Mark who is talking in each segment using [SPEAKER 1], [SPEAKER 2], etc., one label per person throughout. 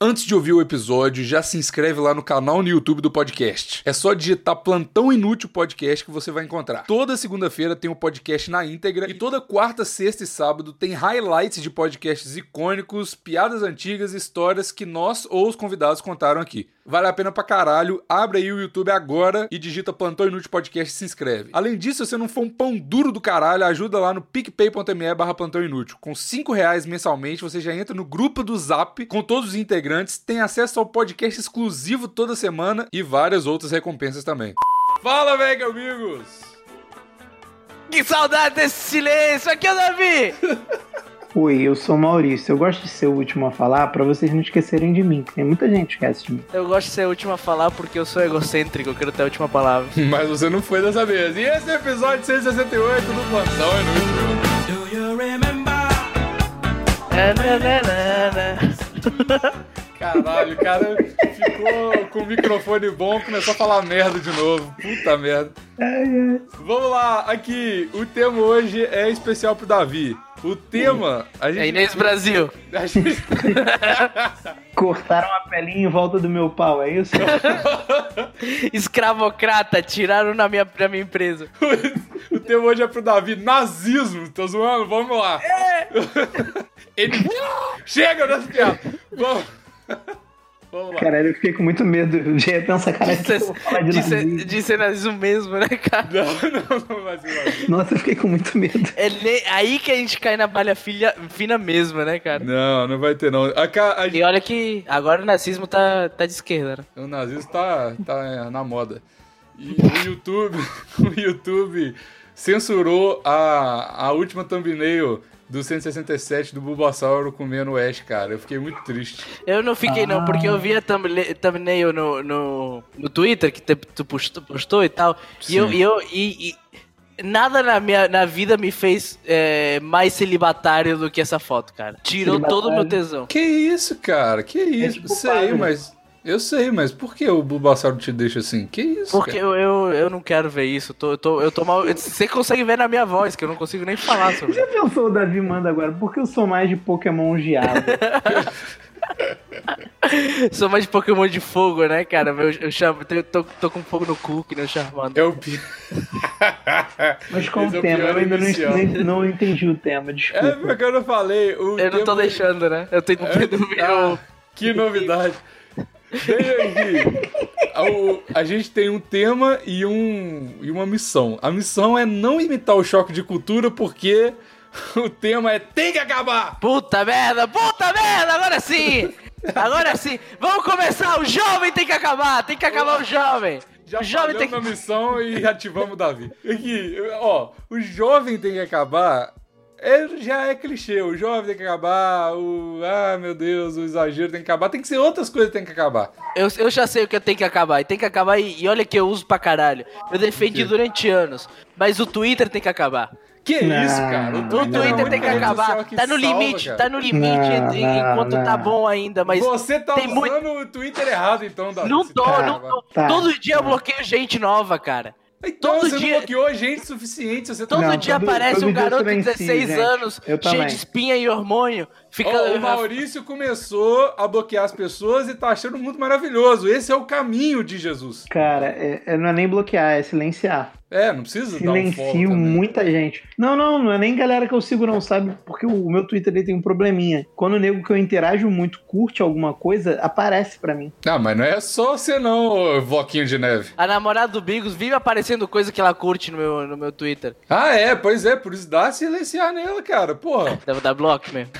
[SPEAKER 1] Antes de ouvir o episódio, já se inscreve lá no canal no YouTube do podcast. É só digitar Plantão Inútil Podcast que você vai encontrar. Toda segunda-feira tem o podcast na íntegra e toda quarta, sexta e sábado tem highlights de podcasts icônicos, piadas antigas e histórias que nós ou os convidados contaram aqui. Vale a pena pra caralho. Abre aí o YouTube agora e digita Plantão Inútil Podcast e se inscreve. Além disso, se você não for um pão duro do caralho, ajuda lá no picpay.me barra Plantão Inútil. Com 5 reais mensalmente, você já entra no grupo do Zap com todos os integrantes tem acesso ao podcast exclusivo toda semana e várias outras recompensas também. Fala, velho, amigos!
[SPEAKER 2] Que saudade desse silêncio! Aqui é o Davi!
[SPEAKER 3] Oi, eu sou o Maurício. Eu gosto de ser o último a falar para vocês não esquecerem de mim, que tem muita gente que esquece de mim.
[SPEAKER 2] Eu gosto de ser o último a falar porque eu sou egocêntrico, eu quero ter a última palavra.
[SPEAKER 1] Mas você não foi dessa vez. E esse é o episódio 168 do Plantão Inútil. Do you remember?
[SPEAKER 2] Na, na, na,
[SPEAKER 1] na, na. Caralho, o cara ficou com o microfone bom, começou a falar merda de novo. Puta merda. Vamos lá, aqui, o tema hoje é especial pro Davi. O tema.
[SPEAKER 2] A gente... É Inês Brasil. A gente...
[SPEAKER 3] Cortaram a pelinha em volta do meu pau, é isso?
[SPEAKER 2] Escravocrata, tiraram na minha, na minha empresa.
[SPEAKER 1] o tema hoje é pro Davi. Nazismo, tô zoando? Vamos lá. É. Ele. Chega nessa piada. Vamos.
[SPEAKER 3] Vamos lá. Caralho, eu fiquei com muito medo de repensar, cara, de, ser,
[SPEAKER 2] de, de, ser, de ser nazismo mesmo, né, cara?
[SPEAKER 1] Não, não, não, mas, mas...
[SPEAKER 3] Nossa, eu fiquei com muito medo.
[SPEAKER 2] É ne... aí que a gente cai na balha filha, fina mesmo, né, cara?
[SPEAKER 1] Não, não vai ter, não. A, a, a...
[SPEAKER 2] E olha que agora o nazismo tá, tá de esquerda,
[SPEAKER 1] né? O nazismo tá, tá na moda. E o YouTube, o YouTube censurou a, a última thumbnail do 167 do Bulbasauro comendo o Ash, cara. Eu fiquei muito triste.
[SPEAKER 2] Eu não fiquei, ah. não, porque eu vi a thumbnail no, no, no Twitter que tipo, tu postou, postou e tal. Sim. E eu. E, eu e, e, nada na minha na vida me fez é, mais celibatário do que essa foto, cara. Tirou todo o meu tesão.
[SPEAKER 1] Que isso, cara? Que isso? É tipo sei, padre. mas. Eu sei, mas por que o Bulbasauro te deixa assim? Que isso?
[SPEAKER 2] Porque
[SPEAKER 1] cara?
[SPEAKER 2] Eu, eu, eu não quero ver isso. Eu tô, eu tô, eu tô mal. Você consegue ver na minha voz, que eu não consigo nem falar sobre
[SPEAKER 3] Já pensou o Davi manda agora? Porque eu sou mais de Pokémon de água.
[SPEAKER 2] sou mais de Pokémon de fogo, né, cara? Eu, eu, chamo, eu tô, tô com fogo no cu, que nem o Charmander.
[SPEAKER 1] É o pi...
[SPEAKER 3] Mas qual o tema? É o eu ainda não, não, entendi o tema, desculpa. É
[SPEAKER 1] porque eu não falei.
[SPEAKER 2] eu tema... não tô deixando, né? Eu tô interrompendo é...
[SPEAKER 1] o meu. que novidade. Aí, a gente tem um tema e, um, e uma missão. A missão é não imitar o choque de cultura, porque o tema é tem que acabar!
[SPEAKER 2] Puta merda, puta merda, agora sim! Agora sim! Vamos começar! O jovem tem que acabar! Tem que acabar o jovem!
[SPEAKER 1] Já
[SPEAKER 2] o jovem
[SPEAKER 1] tem que... missão e ativamos o Davi. Aqui, ó, o jovem tem que acabar é, já é clichê, o jovem tem que acabar, o. Ah, meu Deus, o exagero tem que acabar. Tem que ser outras coisas que tem que acabar.
[SPEAKER 2] Eu, eu já sei o que tem que acabar, e tem que acabar, e, e olha que eu uso pra caralho. Eu defendi durante anos, mas o Twitter tem que acabar.
[SPEAKER 1] Que não, isso, cara? é
[SPEAKER 2] O, não, Twitter não, tem que acabar. Que tá no limite, salva, tá no limite enquanto tá bom ainda, mas.
[SPEAKER 1] Você tá usando muito... o Twitter errado, então, Davi.
[SPEAKER 2] Não tô, tá, não tô. Tá,
[SPEAKER 1] Todo
[SPEAKER 2] tá. dia eu bloqueio gente nova, cara.
[SPEAKER 1] Então, todo você dia... não bloqueou gente suficiente. Você tá...
[SPEAKER 2] todo não, dia todo, aparece todo um garoto de 16 si, anos, cheio também. de espinha e hormônio. Fica...
[SPEAKER 1] Oh, o Maurício começou a bloquear as pessoas e tá achando o mundo maravilhoso. Esse é o caminho de Jesus.
[SPEAKER 3] Cara, é, é, não é nem bloquear, é silenciar.
[SPEAKER 1] É, não precisa
[SPEAKER 3] Silencio
[SPEAKER 1] um
[SPEAKER 3] muita gente. Não, não, não é nem galera que eu sigo não, sabe? Porque o meu Twitter ele tem um probleminha. Quando o nego que eu interajo muito curte alguma coisa, aparece para mim.
[SPEAKER 1] Ah, mas não é só você não, Voquinho de Neve.
[SPEAKER 2] A namorada do Bigos vive aparecendo coisa que ela curte no meu, no meu Twitter.
[SPEAKER 1] Ah, é? Pois é, por isso dá silenciar nela, cara, porra.
[SPEAKER 2] Deve dar bloco mesmo.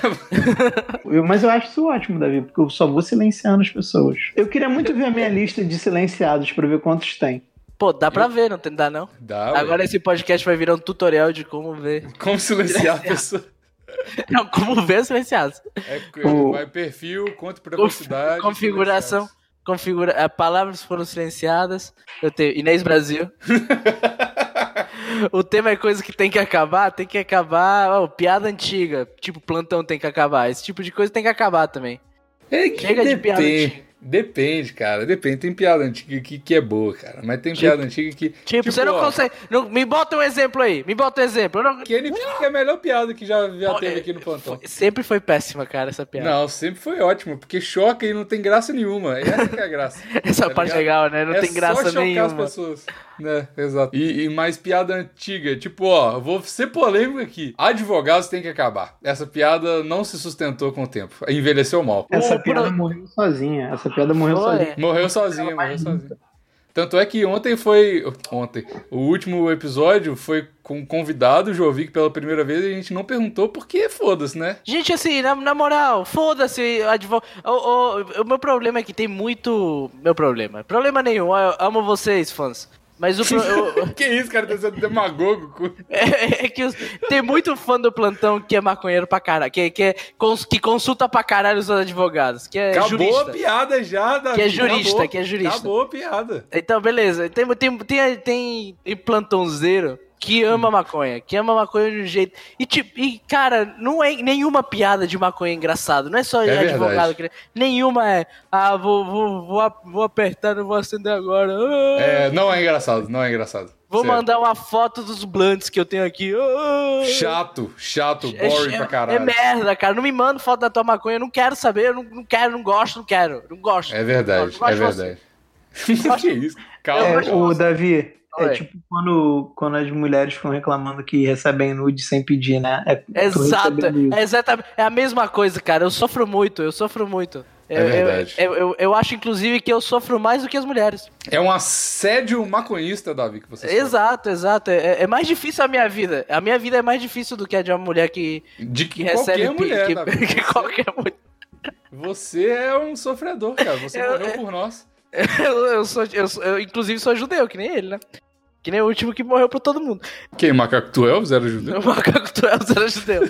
[SPEAKER 3] eu, mas eu acho isso ótimo, Davi, porque eu só vou silenciando as pessoas. Eu queria muito ver a minha lista de silenciados para ver quantos tem.
[SPEAKER 2] Pô, dá pra eu... ver, não tem, dá não?
[SPEAKER 1] Dá,
[SPEAKER 2] Agora ué. esse podcast vai virar um tutorial de como ver.
[SPEAKER 1] Como silenciar a pessoa.
[SPEAKER 2] Não, como ver silenciados.
[SPEAKER 1] É, o... vai perfil, quanto privacidade.
[SPEAKER 2] Configuração. Configura... ah, Palavras foram silenciadas. Eu tenho Inês Brasil. o tema é coisa que tem que acabar, tem que acabar. Oh, piada antiga, tipo plantão tem que acabar. Esse tipo de coisa tem que acabar também.
[SPEAKER 1] É que Chega de piada antiga. Depende, cara. Depende. Tem piada antiga que, que é boa, cara. Mas tem piada antiga que. Tipo,
[SPEAKER 2] Tipo, você não
[SPEAKER 1] ó,
[SPEAKER 2] consegue. não- me bota um exemplo aí. Me bota um exemplo. Eu não-
[SPEAKER 1] Kenny Pique é a melhor piada que já, já teve aqui no plantão.
[SPEAKER 2] Sempre é, foi péssima, cara, essa piada.
[SPEAKER 1] Então, Não, sempre foi ótimo, porque choca e não tem graça nenhuma. Essa que é a graça.
[SPEAKER 2] Essa
[SPEAKER 1] tá
[SPEAKER 2] parte
[SPEAKER 1] ligado?
[SPEAKER 2] legal, né? Não
[SPEAKER 1] é
[SPEAKER 2] tem graça
[SPEAKER 1] só chocar as
[SPEAKER 2] nenhuma.
[SPEAKER 1] pessoas. Né, exato. E, e mais piada antiga. Tipo, ó, vou ser polêmico aqui. Advogados tem que acabar. Essa piada não se sustentou com o tempo. Envelheceu mal.
[SPEAKER 3] Essa
[SPEAKER 2] Ô,
[SPEAKER 3] piada
[SPEAKER 2] Bruno.
[SPEAKER 3] morreu sozinha. Essa piada morreu
[SPEAKER 2] Foi.
[SPEAKER 3] sozinha.
[SPEAKER 1] Morreu sozinho, morreu sozinho. Tanto é que ontem foi. Ontem. O último episódio foi com um convidado, o Jovic, pela primeira vez, e a gente não perguntou por que foda-se, né?
[SPEAKER 2] Gente, assim, na, na moral, foda-se, advogado. O, o meu problema é que tem muito. Meu problema. Problema nenhum, eu amo vocês, fãs. Mas o. pro- o-
[SPEAKER 1] que isso, cara? Tá sendo demagogo. com-
[SPEAKER 2] é, é que os- tem muito fã do plantão que é maconheiro pra caralho. Que, que, é, cons- que consulta pra caralho os advogados. Que é
[SPEAKER 1] Acabou
[SPEAKER 2] jurista.
[SPEAKER 1] a piada já, Davi.
[SPEAKER 2] Que é jurista,
[SPEAKER 1] acabou.
[SPEAKER 2] que é jurista.
[SPEAKER 1] Acabou a piada.
[SPEAKER 2] Então, beleza. Tem, tem, tem, tem, tem plantãozeiro que ama maconha, que ama maconha de um jeito. E, tipo, e, cara, não é nenhuma piada de maconha engraçado. Não é só
[SPEAKER 1] É
[SPEAKER 2] advogado.
[SPEAKER 1] verdade.
[SPEAKER 2] que- Nenhuma é. Ah, vou, vou, vou, a- vou apertar, não vou acender agora. Ah,
[SPEAKER 1] É, não é engraçado, não é engraçado.
[SPEAKER 2] vou
[SPEAKER 1] Sério.
[SPEAKER 2] mandar uma foto dos blunts que eu tenho aqui. Ah,
[SPEAKER 1] Chato, chato,
[SPEAKER 2] é,
[SPEAKER 1] boring pra
[SPEAKER 2] é
[SPEAKER 1] caralho.
[SPEAKER 2] merda, cara. Não me manda foto da tua maconha. Eu não quero saber. Eu não, não quero, não gosto, não quero. Não gosto.
[SPEAKER 1] É verdade,
[SPEAKER 2] Não gosto
[SPEAKER 1] é
[SPEAKER 2] de você.
[SPEAKER 1] verdade. que isso? Calma.
[SPEAKER 2] Eu
[SPEAKER 3] É,
[SPEAKER 2] gosto
[SPEAKER 3] o Davi, é
[SPEAKER 2] Oi.
[SPEAKER 3] tipo quando, quando as mulheres ficam reclamando que recebem nude sem pedir, né? É, tô
[SPEAKER 2] Exato,
[SPEAKER 3] recebendo isso.
[SPEAKER 2] é exatamente. É a mesma coisa, cara. Eu sofro muito, eu sofro muito.
[SPEAKER 1] É
[SPEAKER 2] Eu- eu-
[SPEAKER 1] verdade.
[SPEAKER 2] Eu, eu, eu acho, inclusive, que eu sofro mais do que as mulheres.
[SPEAKER 1] É um assédio maconhista, Davi, que você
[SPEAKER 2] Exato, exato. É, é mais difícil a minha vida. A minha vida é mais difícil do que a de uma mulher que,
[SPEAKER 1] De
[SPEAKER 2] que recebe.
[SPEAKER 1] qualquer
[SPEAKER 2] pi-
[SPEAKER 1] mulher, tá
[SPEAKER 2] que,
[SPEAKER 1] Davi.
[SPEAKER 2] que qualquer mulher.
[SPEAKER 1] Você é um sofredor, cara. Você
[SPEAKER 2] Eu- é-
[SPEAKER 1] morreu
[SPEAKER 2] eu-
[SPEAKER 1] por nós.
[SPEAKER 2] Eu, eu sou, eu, sou- eu, inclusive, sou judeu, que nem ele, né? Que nem o último que morreu pra todo mundo.
[SPEAKER 1] Quem? Macaco Tuelves era judeu?
[SPEAKER 2] O macaco Tuelves era judeu.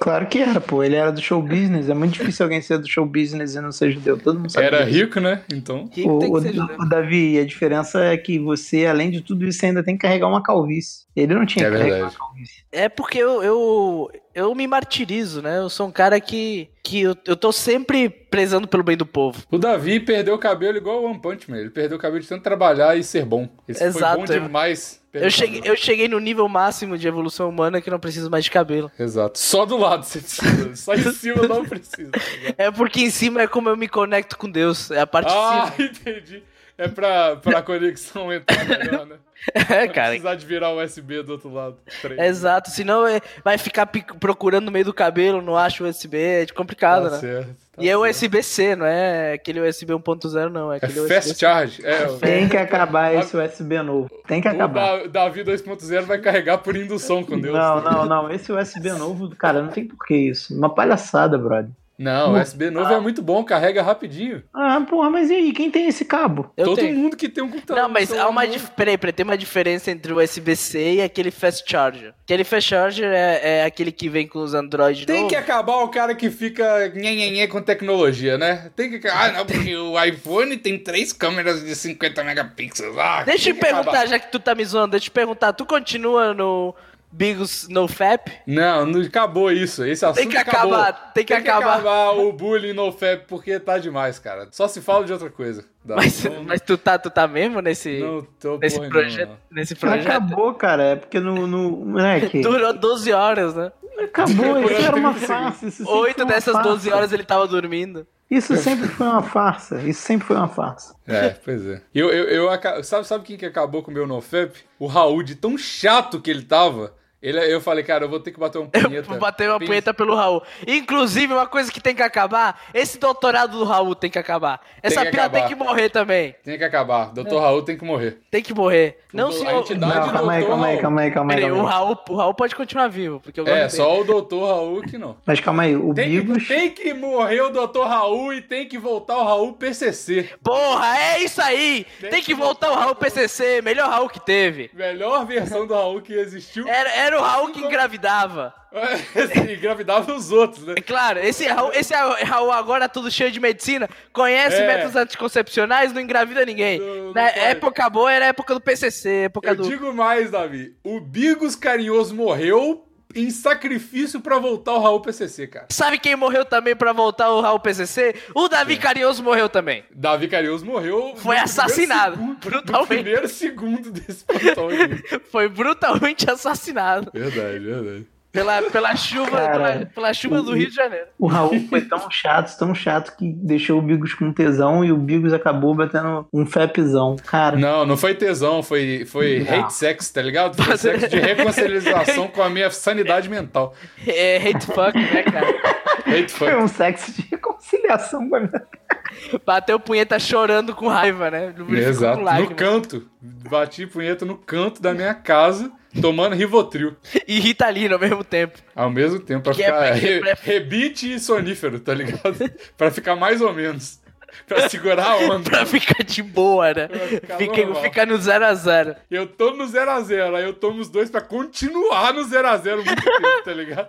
[SPEAKER 3] Claro que era, pô. Ele era do show business. É muito difícil alguém ser do show business e não ser judeu. Todo mundo sabe.
[SPEAKER 1] Era
[SPEAKER 3] disso.
[SPEAKER 1] rico, né? Então.
[SPEAKER 2] Que tem
[SPEAKER 3] O,
[SPEAKER 2] que
[SPEAKER 3] o,
[SPEAKER 2] ser judeu.
[SPEAKER 3] o Davi, a diferença é que você, além de tudo isso, ainda tem que carregar uma calvície. Ele não tinha
[SPEAKER 1] É
[SPEAKER 3] que carregar
[SPEAKER 1] verdade.
[SPEAKER 3] uma calvície.
[SPEAKER 2] É porque eu, eu, eu me martirizo, né? Eu sou um cara que, que eu, eu tô sempre prezando pelo bem do povo.
[SPEAKER 1] O Davi perdeu o cabelo igual o One Punch Man. Ele perdeu o cabelo de tanto trabalhar e ser bom. Ele
[SPEAKER 2] Exato,
[SPEAKER 1] foi bom
[SPEAKER 2] eu-
[SPEAKER 1] demais. Perdeu
[SPEAKER 2] Eu
[SPEAKER 1] o
[SPEAKER 2] cheguei,
[SPEAKER 1] cabelo.
[SPEAKER 2] eu cheguei no nível máximo de evolução humana que não preciso mais de cabelo.
[SPEAKER 1] Exato. Só do lado você precisa. Só em cima não precisa. tá ligado?
[SPEAKER 2] É porque em cima é como eu me conecto com Deus. É a parte
[SPEAKER 1] Ah,
[SPEAKER 2] de
[SPEAKER 1] entendi. É pra, pra conexão entrar melhor, né?
[SPEAKER 2] cima. É,
[SPEAKER 1] Pra
[SPEAKER 2] cara.
[SPEAKER 1] precisar de virar o USB do outro lado. Três.
[SPEAKER 2] Exato. Senão é- vai ficar pic- procurando no meio do cabelo, não acha o USB. É
[SPEAKER 1] Tá
[SPEAKER 2] complicado, né?
[SPEAKER 1] certo. tá
[SPEAKER 2] e é
[SPEAKER 1] certo.
[SPEAKER 2] USB-C, não é aquele USB 1.0, não. É
[SPEAKER 1] É
[SPEAKER 2] aquele USB.
[SPEAKER 1] fast charge. É, o-
[SPEAKER 3] Tem que acabar esse USB novo. Tem que
[SPEAKER 1] o
[SPEAKER 3] acabar.
[SPEAKER 1] Da- Davi 2.0 vai carregar por indução com Deus.
[SPEAKER 3] Não, não, não. Esse USB novo, cara, não tem por que isso. Uma palhaçada, brother.
[SPEAKER 1] Não, o USB novo
[SPEAKER 2] Ah.
[SPEAKER 1] é muito bom, carrega rapidinho.
[SPEAKER 3] Ah, porra, mas e aí? Quem tem esse cabo?
[SPEAKER 2] Eu
[SPEAKER 1] Todo
[SPEAKER 2] tenho.
[SPEAKER 1] mundo que tem um computador.
[SPEAKER 2] Não, mas
[SPEAKER 1] celular
[SPEAKER 2] há uma
[SPEAKER 1] novo.
[SPEAKER 2] dif... peraí, peraí, tem uma diferença entre o USB-C e aquele Fast Charger. Aquele Fast Charger é, é aquele que vem com os Android
[SPEAKER 1] Tem
[SPEAKER 2] novo.
[SPEAKER 1] que acabar o cara que fica nhenhenhê com tecnologia, né? Tem que acabar. Ah, não, porque o iPhone tem três câmeras de 50 megapixels. Ah,
[SPEAKER 2] Deixa
[SPEAKER 1] tem
[SPEAKER 2] eu te
[SPEAKER 1] que acabar.
[SPEAKER 2] perguntar, já que tu tá me zoando, deixa eu te perguntar, tu continua no Bigos no Fap?
[SPEAKER 1] Não, não acabou isso. Esse assunto
[SPEAKER 2] que
[SPEAKER 1] acabou.
[SPEAKER 2] acabar, tem que acabar.
[SPEAKER 1] o bullying no FAP, porque tá demais, cara. Só se fala de outra coisa. Dá.
[SPEAKER 2] Mas,
[SPEAKER 1] não,
[SPEAKER 2] mas tu tá, tu tá mesmo nesse,
[SPEAKER 1] não tô
[SPEAKER 2] nesse,
[SPEAKER 1] porra
[SPEAKER 2] projeto,
[SPEAKER 1] nenhuma,
[SPEAKER 2] nesse projeto?
[SPEAKER 3] Acabou, cara. É porque no. no moleque.
[SPEAKER 2] Durou 12 horas, né?
[SPEAKER 3] Acabou. Isso era uma
[SPEAKER 1] 30
[SPEAKER 3] farsa. Isso sempre foi
[SPEAKER 2] Oito
[SPEAKER 3] uma
[SPEAKER 2] dessas
[SPEAKER 3] farsa.
[SPEAKER 2] 12 horas ele tava dormindo.
[SPEAKER 3] Isso sempre foi uma farsa. Isso sempre foi uma farsa.
[SPEAKER 1] não. É, pois é. Eu, eu, eu aca- sabe, sabe quem que acabou com o meu NoFap? O Raul, de tão chato que ele tava. Ele, eu falei, cara, eu vou ter que bater uma punheta.
[SPEAKER 2] Eu batei uma
[SPEAKER 1] Pensa-
[SPEAKER 2] punheta pelo Raul. Inclusive, uma coisa que tem que acabar, esse doutorado do Raul tem que acabar. Essa
[SPEAKER 1] que
[SPEAKER 2] piada
[SPEAKER 1] acabar.
[SPEAKER 2] tem que morrer também.
[SPEAKER 1] Tem que acabar. Doutor Raul tem que morrer.
[SPEAKER 2] Tem que morrer. Não,
[SPEAKER 1] do-
[SPEAKER 2] senhor.
[SPEAKER 1] a entidade
[SPEAKER 3] Não,
[SPEAKER 1] do
[SPEAKER 3] calma aí,
[SPEAKER 1] doutor
[SPEAKER 3] calma aí,
[SPEAKER 1] Raul.
[SPEAKER 3] calma aí, calma aí.
[SPEAKER 2] Peraí, o
[SPEAKER 3] calma aí.
[SPEAKER 2] Raul, o Raul pode continuar vivo, porque eu gosto
[SPEAKER 1] É,
[SPEAKER 2] dele.
[SPEAKER 1] só o Doutor Raul que não.
[SPEAKER 3] Mas calma aí, o
[SPEAKER 1] Tem que,
[SPEAKER 3] Bigos.
[SPEAKER 1] tem que morrer o Doutor Raul e tem que voltar o Raul PCC.
[SPEAKER 2] Porra, é isso aí!
[SPEAKER 1] Tem
[SPEAKER 2] Tem,
[SPEAKER 1] que
[SPEAKER 2] que voltar o Raul PCC, melhor Raul que teve.
[SPEAKER 1] Melhor versão do Raul que existiu.
[SPEAKER 2] Era, era o Raul que engravidava.
[SPEAKER 1] e engravidava os outros, né?
[SPEAKER 2] É claro, esse Raul, esse Raul agora tudo cheio de medicina, conhece
[SPEAKER 1] É.
[SPEAKER 2] métodos anticoncepcionais, não engravida ninguém.
[SPEAKER 1] Não, não
[SPEAKER 2] Na
[SPEAKER 1] pode.
[SPEAKER 2] época boa era a época do PCC, época
[SPEAKER 1] Eu
[SPEAKER 2] do...
[SPEAKER 1] digo mais, Davi. O Bigos Carinhoso morreu em sacrifício pra voltar o Raul PCC, cara.
[SPEAKER 2] Sabe quem morreu também pra voltar o Raul PCC? O Davi Carioso morreu também.
[SPEAKER 1] Davi Carioso morreu.
[SPEAKER 2] Foi
[SPEAKER 1] no
[SPEAKER 2] assassinado,
[SPEAKER 1] primeiro segundo-
[SPEAKER 2] brutalmente.
[SPEAKER 1] No primeiro segundo desse plantão aqui.
[SPEAKER 2] Foi brutalmente assassinado
[SPEAKER 1] Verdade, verdade.
[SPEAKER 2] pela, pela chuva,
[SPEAKER 3] Cara,
[SPEAKER 2] pela, pela chuva do Rio de Janeiro.
[SPEAKER 3] O Raul foi tão chato, tão chato que deixou o Bigos com tesão e o Bigos acabou batendo um fepzão. Cara,
[SPEAKER 1] Não, não foi tesão, foi, foi
[SPEAKER 3] Não.
[SPEAKER 1] hate sex, tá ligado? Foi sexo de reconciliação com a minha sanidade mental.
[SPEAKER 2] É hate fuck, né, cara?
[SPEAKER 1] Hate
[SPEAKER 3] foi
[SPEAKER 1] fuck.
[SPEAKER 3] um sexo de reconciliação com a minha.
[SPEAKER 2] Bateu punheta chorando com raiva, né? Ficou com
[SPEAKER 1] Exato. No
[SPEAKER 2] lágrima.
[SPEAKER 1] canto. Bati punheta no canto da minha casa, tomando Rivotril.
[SPEAKER 2] E Ritalina ao mesmo tempo.
[SPEAKER 1] Ao mesmo tempo, pra
[SPEAKER 2] Que é
[SPEAKER 1] ficar
[SPEAKER 2] pra- que é
[SPEAKER 1] re-
[SPEAKER 2] pra-
[SPEAKER 1] rebite e sonífero, tá ligado? pra ficar mais ou menos. Pra segurar a onda.
[SPEAKER 2] Pra ficar de boa, né?
[SPEAKER 1] Pra ficar
[SPEAKER 2] Fica,
[SPEAKER 1] normal.
[SPEAKER 2] fica no 0x0. Zero a zero.
[SPEAKER 1] Eu tô no 0x0, aí eu tomo os dois pra continuar no 0x0 muito tempo, tá ligado?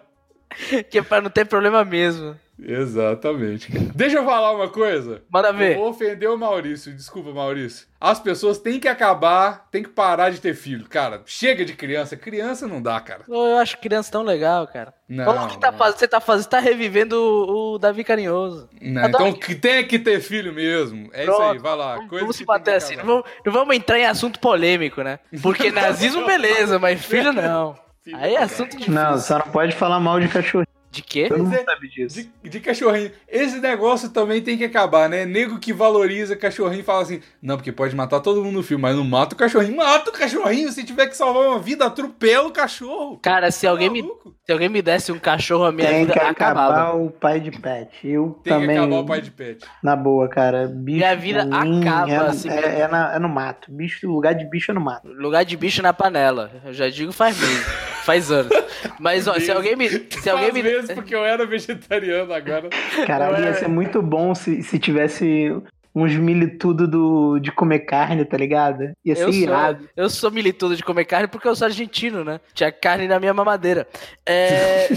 [SPEAKER 2] Que é pra não ter problema mesmo.
[SPEAKER 1] Exatamente. cara. Deixa eu falar uma coisa.
[SPEAKER 2] Manda
[SPEAKER 1] Eu
[SPEAKER 2] ver.
[SPEAKER 1] vou ofender o Maurício, desculpa, Maurício. As pessoas têm que acabar, têm que parar de ter filho, cara. Chega de criança, criança não dá, cara.
[SPEAKER 2] Ô, Eu acho criança tão legal, cara.
[SPEAKER 1] Não,
[SPEAKER 2] Olha o que tá
[SPEAKER 1] não.
[SPEAKER 2] fazendo, você tá fazendo, tá revivendo o, o Davi Carinhoso.
[SPEAKER 1] Não,
[SPEAKER 2] Adoro
[SPEAKER 1] então que tem que ter filho mesmo. É isso aí,
[SPEAKER 2] Pronto.
[SPEAKER 1] vai lá.
[SPEAKER 2] Vamos-
[SPEAKER 1] coisa
[SPEAKER 2] vamos
[SPEAKER 1] que
[SPEAKER 2] se
[SPEAKER 1] tem que
[SPEAKER 2] bater assim, não
[SPEAKER 1] acabar.
[SPEAKER 2] vamos, não vamos entrar em assunto polêmico, né? Porque nazismo, beleza, mas filho não.
[SPEAKER 1] Filho
[SPEAKER 2] Aí é
[SPEAKER 1] não.
[SPEAKER 2] assunto de,
[SPEAKER 3] Não, só não pode falar mal de cachorrinho.
[SPEAKER 2] de quê?
[SPEAKER 3] Todo
[SPEAKER 1] Mas
[SPEAKER 3] mundo
[SPEAKER 1] é-
[SPEAKER 3] sabe disso.
[SPEAKER 1] De, de cachorrinho. Esse negócio também tem que acabar, né? Nego que valoriza cachorrinho e fala assim: não, porque pode matar todo mundo no filme, mas não mata o cachorrinho. Mata o cachorrinho! Se tiver que salvar uma vida, atropela o cachorro. Tá
[SPEAKER 2] Cara, se alguém, me,
[SPEAKER 1] Maluco.
[SPEAKER 2] se alguém me desse um cachorro, a minha
[SPEAKER 3] Tem
[SPEAKER 2] vida
[SPEAKER 3] que
[SPEAKER 2] acabava.
[SPEAKER 3] acabar o pai de pet. Eu
[SPEAKER 1] Tem
[SPEAKER 3] também.
[SPEAKER 1] que acabar o pai de pet.
[SPEAKER 3] Na boa, cara. Bicho,
[SPEAKER 2] Minha vida
[SPEAKER 3] pra mim,
[SPEAKER 2] acaba,
[SPEAKER 3] é,
[SPEAKER 2] assim mesmo.
[SPEAKER 3] é, é na- é no mato. Bicho, lugar de bicho é no mato.
[SPEAKER 2] Lugar de bicho na panela. Eu já digo faz meses. faz anos. Mas ó, se alguém me. Se alguém
[SPEAKER 1] Às
[SPEAKER 2] me.
[SPEAKER 1] vezes, porque eu era vegetariano agora.
[SPEAKER 3] Caralho, ia
[SPEAKER 2] É.
[SPEAKER 3] ser muito bom se, se tivesse uns militudo do, de comer carne, tá ligado? Ia ser
[SPEAKER 2] Eu sou,
[SPEAKER 3] irado.
[SPEAKER 2] eu sou militudo de comer carne porque eu sou argentino, né? Tinha carne na minha mamadeira. É.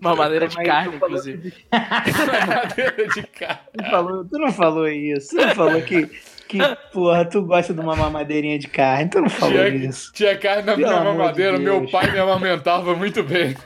[SPEAKER 2] mamadeira de
[SPEAKER 3] Mas
[SPEAKER 2] carne,
[SPEAKER 3] tu falou
[SPEAKER 2] inclusive.
[SPEAKER 1] Madeira de cara.
[SPEAKER 3] Tu, falou, tu não falou isso. Tu não falou que, que, porra, tu gosta de uma mamadeirinha de carne. Tu não falou
[SPEAKER 1] Tinha,
[SPEAKER 3] isso.
[SPEAKER 1] tinha carne na
[SPEAKER 3] Pelo
[SPEAKER 1] minha
[SPEAKER 3] amor de
[SPEAKER 1] mamadeira, meu
[SPEAKER 3] Deus.
[SPEAKER 1] pai me amamentava muito bem.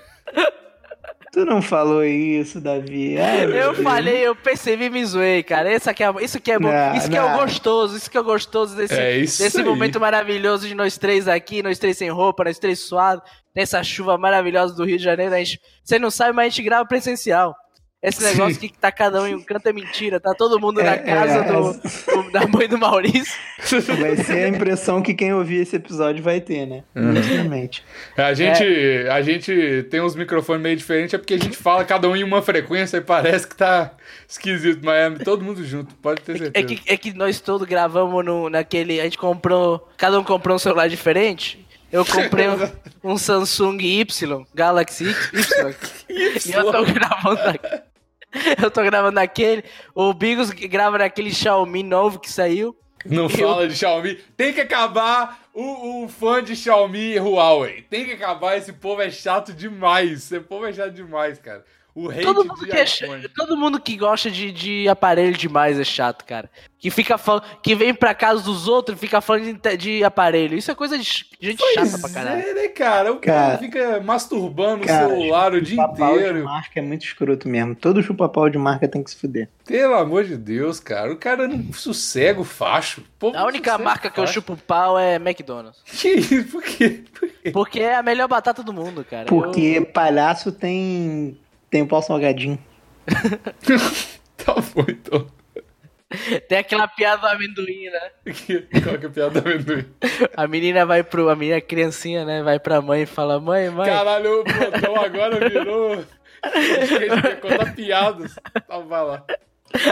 [SPEAKER 3] Tu não falou isso, Davi. Ai, meu
[SPEAKER 2] Eu
[SPEAKER 3] Deus.
[SPEAKER 2] falei, eu percebi e me zoei, cara. Isso, aqui é, isso que é bom.
[SPEAKER 3] Não,
[SPEAKER 2] isso que é o
[SPEAKER 3] não.
[SPEAKER 2] gostoso. Isso que é o gostoso desse,
[SPEAKER 1] É isso
[SPEAKER 2] desse
[SPEAKER 1] aí.
[SPEAKER 2] momento maravilhoso de nós três aqui, nós três sem roupa, nós três suados, nessa chuva maravilhosa do Rio de Janeiro. A gente, você não sabe, mas a gente grava presencial. Esse
[SPEAKER 1] Sim.
[SPEAKER 2] negócio aqui que tá cada um em um canto é mentira. Tá todo mundo na
[SPEAKER 3] É,
[SPEAKER 2] casa
[SPEAKER 3] é,
[SPEAKER 2] do- do- da mãe do Maurício.
[SPEAKER 3] Vai ser a impressão que quem ouvir esse episódio vai ter, né? Infelizmente.
[SPEAKER 1] A
[SPEAKER 2] É.
[SPEAKER 1] gente, a gente tem uns microfones meio diferentes, é porque a gente fala cada um em uma frequência e parece que tá esquisito, mas é todo mundo junto, pode ter certeza.
[SPEAKER 2] É que, é que nós todos gravamos no, naquele. A gente comprou. Cada um comprou um celular diferente. Eu comprei um, um Samsung Y, Galaxy Y. e eu tô gravando na, Eu tô gravando naquele. O Bigos grava naquele Xiaomi novo que saiu.
[SPEAKER 1] Não fala de Xiaomi. Tem que acabar o, o fã de Xiaomi e Huawei. Tem que acabar, esse povo é chato demais. Esse povo é chato demais, cara. O hate
[SPEAKER 2] Todo mundo,
[SPEAKER 1] de
[SPEAKER 2] que é ch-
[SPEAKER 1] iPhone.
[SPEAKER 2] todo mundo que gosta de, de aparelho demais é chato, cara. Que fica fal- que vem pra casa dos outros e fica falando de, inte- de aparelho. Isso é coisa de ch- gente chata pra caralho.
[SPEAKER 1] É, né, cara? O cara,
[SPEAKER 3] Cara.
[SPEAKER 1] fica masturbando
[SPEAKER 3] Cara,
[SPEAKER 1] o celular o dia
[SPEAKER 3] Chupa-pau de
[SPEAKER 1] inteiro.
[SPEAKER 3] marca é muito escroto mesmo. Todo chupa-pau de marca tem que se fuder.
[SPEAKER 1] Pelo amor de Deus, cara. O cara não sossega o facho. O povo é um
[SPEAKER 2] A
[SPEAKER 1] não
[SPEAKER 2] única
[SPEAKER 1] sossega o
[SPEAKER 2] marca que eu
[SPEAKER 1] facho.
[SPEAKER 2] chupo o pau é McDonald's.
[SPEAKER 1] Que isso? Por quê?
[SPEAKER 2] Porque é a melhor batata do mundo, cara.
[SPEAKER 3] Porque palhaço tem. Tem o pau salgadinho.
[SPEAKER 1] Tá bom, então.
[SPEAKER 2] Eu- Tem aquela piada do amendoim, né?
[SPEAKER 1] Que- Qual que é a piada do amendoim?
[SPEAKER 2] A menina vai pro. A menina criancinha, né? Vai pra mãe e fala: Mãe, mãe.
[SPEAKER 1] Caralho, o plantão agora virou. Acho que a gente vai contar piadas. Então vai lá.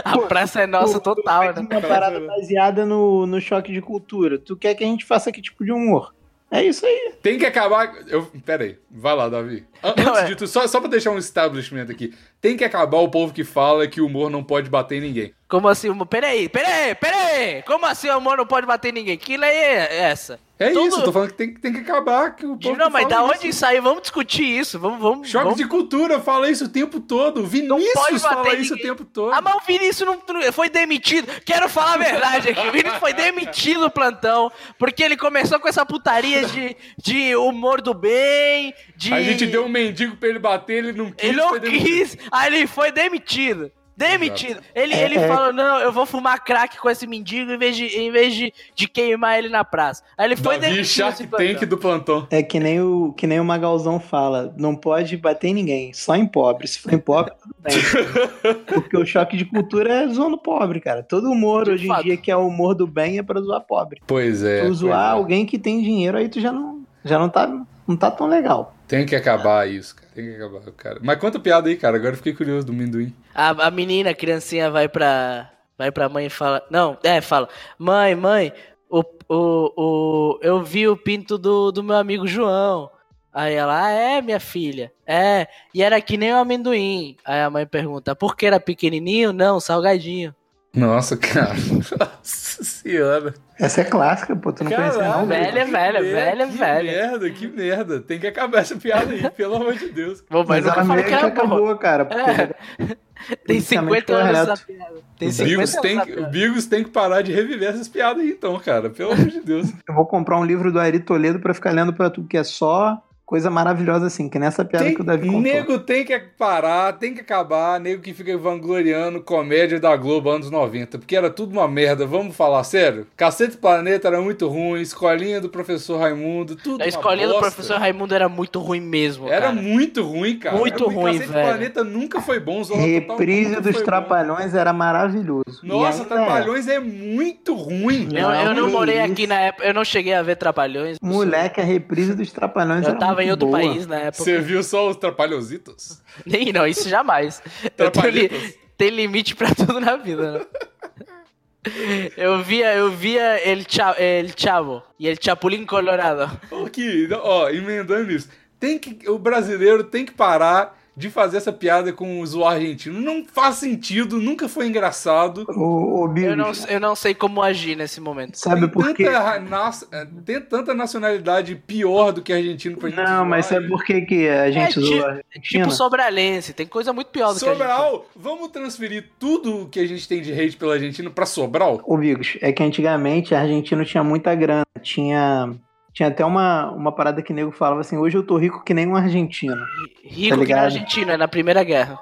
[SPEAKER 2] a praça é nossa
[SPEAKER 3] Pô,
[SPEAKER 2] total,
[SPEAKER 3] Faz
[SPEAKER 2] né?
[SPEAKER 3] uma parada baseada no, no choque de cultura. Tu quer que a gente faça que tipo de humor? É isso aí.
[SPEAKER 1] Tem que acabar. Eu... Pera aí, vai lá, Davi. An-
[SPEAKER 2] Não,
[SPEAKER 1] Antes
[SPEAKER 2] é.
[SPEAKER 1] de tudo, só, só pra deixar um establishment aqui. Tem que acabar o povo que fala que o humor não pode bater em ninguém.
[SPEAKER 2] Como assim? uma- Peraí, peraí, peraí! Como assim o amor não pode bater em ninguém? Que lei é essa?
[SPEAKER 1] É
[SPEAKER 2] Todo-
[SPEAKER 1] isso, eu tô falando que tem, que- tem que acabar. Que o povo
[SPEAKER 2] Não, mas da
[SPEAKER 1] fala
[SPEAKER 2] onde
[SPEAKER 1] isso.
[SPEAKER 2] saiu? Vamos discutir isso. Vamos, vamos.
[SPEAKER 1] Choque
[SPEAKER 2] vamos...
[SPEAKER 1] de cultura, fala isso o tempo todo. O
[SPEAKER 2] pode
[SPEAKER 1] Vinícius
[SPEAKER 2] bater
[SPEAKER 1] fala isso o
[SPEAKER 2] ninguém.
[SPEAKER 1] tempo todo.
[SPEAKER 2] Ah, mas o Vinícius não, não- foi demitido. Quero falar a verdade aqui. O Vinícius foi demitido do plantão porque ele começou com essa putaria de, de humor do bem, de...
[SPEAKER 1] A gente deu um mendigo pra ele bater, ele não quis.
[SPEAKER 2] Ele não
[SPEAKER 1] foi demitido.
[SPEAKER 2] quis, aí ele foi demitido. Demitido. Ele, ele
[SPEAKER 3] É.
[SPEAKER 2] falou: não, eu vou fumar crack com esse mendigo em vez de, em vez de, de queimar ele na praça. Aí ele foi
[SPEAKER 1] Davi
[SPEAKER 2] demitido.
[SPEAKER 1] Shark
[SPEAKER 2] esse plantão.
[SPEAKER 1] Tank do plantão.
[SPEAKER 3] É que nem, o, que nem o Magalzão fala, não pode bater em ninguém, só em pobre. Se for em pobre, tudo bem. Porque o choque de cultura é zoando pobre, cara. Todo humor
[SPEAKER 2] De
[SPEAKER 3] hoje
[SPEAKER 2] fato.
[SPEAKER 3] em dia que é humor do bem é pra zoar pobre.
[SPEAKER 1] Pois é.
[SPEAKER 3] tu
[SPEAKER 1] pois
[SPEAKER 3] zoar
[SPEAKER 1] é.
[SPEAKER 3] alguém que tem dinheiro, aí tu já não, já não tá, não tá tão legal.
[SPEAKER 1] é. Tem que acabar isso, cara. Tem que acabar, cara. Mas conta a piada aí, cara. Agora eu fiquei curioso do amendoim.
[SPEAKER 2] A, a menina, a criancinha, vai pra, vai pra mãe e fala. Não, é, fala. Mãe, mãe, o, o, o, eu vi o pinto do, do meu amigo João. Aí ela, ah, é, minha filha, é. E era que nem o amendoim. Aí a mãe pergunta, por que era pequenininho? Não, salgadinho.
[SPEAKER 1] Nossa, cara. Nossa senhora.
[SPEAKER 3] Essa é clássica, pô, tu não conhece não,
[SPEAKER 1] Caralho,
[SPEAKER 2] velho.
[SPEAKER 1] que
[SPEAKER 2] velha,
[SPEAKER 1] merda,
[SPEAKER 2] velha,
[SPEAKER 1] que
[SPEAKER 2] velha.
[SPEAKER 1] merda, que merda. Tem que acabar essa piada aí, pelo amor de Deus.
[SPEAKER 2] Bom, mas,
[SPEAKER 3] Mas
[SPEAKER 2] nunca
[SPEAKER 3] ela
[SPEAKER 2] falou
[SPEAKER 3] meio
[SPEAKER 2] que
[SPEAKER 3] que
[SPEAKER 2] era É. boa.
[SPEAKER 3] acabou, cara. porque
[SPEAKER 2] Tem
[SPEAKER 3] Politicamente
[SPEAKER 2] 50 anos
[SPEAKER 3] correto.
[SPEAKER 2] essa piada. Tem
[SPEAKER 1] O Bigos
[SPEAKER 2] 50
[SPEAKER 1] tem,
[SPEAKER 2] anos.
[SPEAKER 1] que-
[SPEAKER 2] essa
[SPEAKER 1] o
[SPEAKER 2] piada.
[SPEAKER 1] Bigos tem que parar de reviver essas piadas aí, então, cara. Pelo amor de Deus.
[SPEAKER 3] Eu vou comprar um livro do Ari Toledo pra ficar lendo pra tu, que é só coisa maravilhosa assim, que nessa piada
[SPEAKER 1] Tem,
[SPEAKER 3] que o Davi contou.
[SPEAKER 1] nego tem que parar, tem que acabar. Nego que fica vangloriando comédia da Globo anos 90, porque era tudo uma merda. Vamos falar sério? Cacete Planeta era muito ruim, escolinha do professor Raimundo, tudo.
[SPEAKER 2] A
[SPEAKER 1] uma
[SPEAKER 2] escolinha do
[SPEAKER 1] bosta.
[SPEAKER 2] professor Raimundo era muito ruim mesmo,
[SPEAKER 1] Era
[SPEAKER 2] cara.
[SPEAKER 1] muito ruim, cara.
[SPEAKER 2] Muito
[SPEAKER 1] Era
[SPEAKER 2] ruim,
[SPEAKER 1] Cacete
[SPEAKER 2] velho.
[SPEAKER 1] Planeta nunca foi bom. Zorra Total
[SPEAKER 3] Reprise
[SPEAKER 1] nunca
[SPEAKER 3] dos
[SPEAKER 1] tá um foi bom.
[SPEAKER 3] Trapalhões era maravilhoso. E
[SPEAKER 1] Nossa,
[SPEAKER 3] ainda
[SPEAKER 1] Trapalhões é muito ruim.
[SPEAKER 2] Eu, eu não
[SPEAKER 3] Não,
[SPEAKER 2] morei
[SPEAKER 3] isso.
[SPEAKER 2] aqui na época, eu não cheguei a ver Trapalhões.
[SPEAKER 3] é. Moleque, a reprise dos Trapalhões
[SPEAKER 2] Eu
[SPEAKER 3] era
[SPEAKER 2] tava em
[SPEAKER 3] muito
[SPEAKER 2] outro
[SPEAKER 3] boa.
[SPEAKER 2] país na época.
[SPEAKER 1] Você viu só os Trapalhõesitos?
[SPEAKER 2] Nem não, isso jamais. Eu tenho li-
[SPEAKER 1] Trapalhitos.
[SPEAKER 2] Tem limite pra tudo na vida, né? Eu via, eu via El Chavo, El Chavo e El Chapulín Colorado.
[SPEAKER 1] Ô, que, ó, emendando isso, tem que, o brasileiro tem que parar de fazer essa piada com o zoar argentino. Não faz sentido, nunca foi engraçado.
[SPEAKER 3] Ô, ô
[SPEAKER 2] Eu
[SPEAKER 3] Bigos,
[SPEAKER 2] não, eu não sei como agir nesse momento.
[SPEAKER 3] sabe por quê?
[SPEAKER 1] Tem tanta, ra- nas- é, tem tanta nacionalidade pior do que né? argentino pra gente
[SPEAKER 3] Não, mas é
[SPEAKER 1] zoar,
[SPEAKER 3] sabe por quê que a gente
[SPEAKER 2] É,
[SPEAKER 3] zoa
[SPEAKER 2] ti-
[SPEAKER 3] a Argentina?
[SPEAKER 2] Tipo Sobralense, tem coisa muito pior do que a gente.
[SPEAKER 1] Sobral, vamos transferir tudo o que a gente tem de hate pela Argentina pra Sobral?
[SPEAKER 3] Ô, Bigos, é que antigamente a Argentina tinha muita grana. Tinha, tinha até uma, uma parada que o nego falava assim, hoje eu tô rico que nem um argentino.
[SPEAKER 2] Rico
[SPEAKER 3] Tá
[SPEAKER 2] que na
[SPEAKER 3] ligado?
[SPEAKER 2] Argentina, é na Primeira Guerra.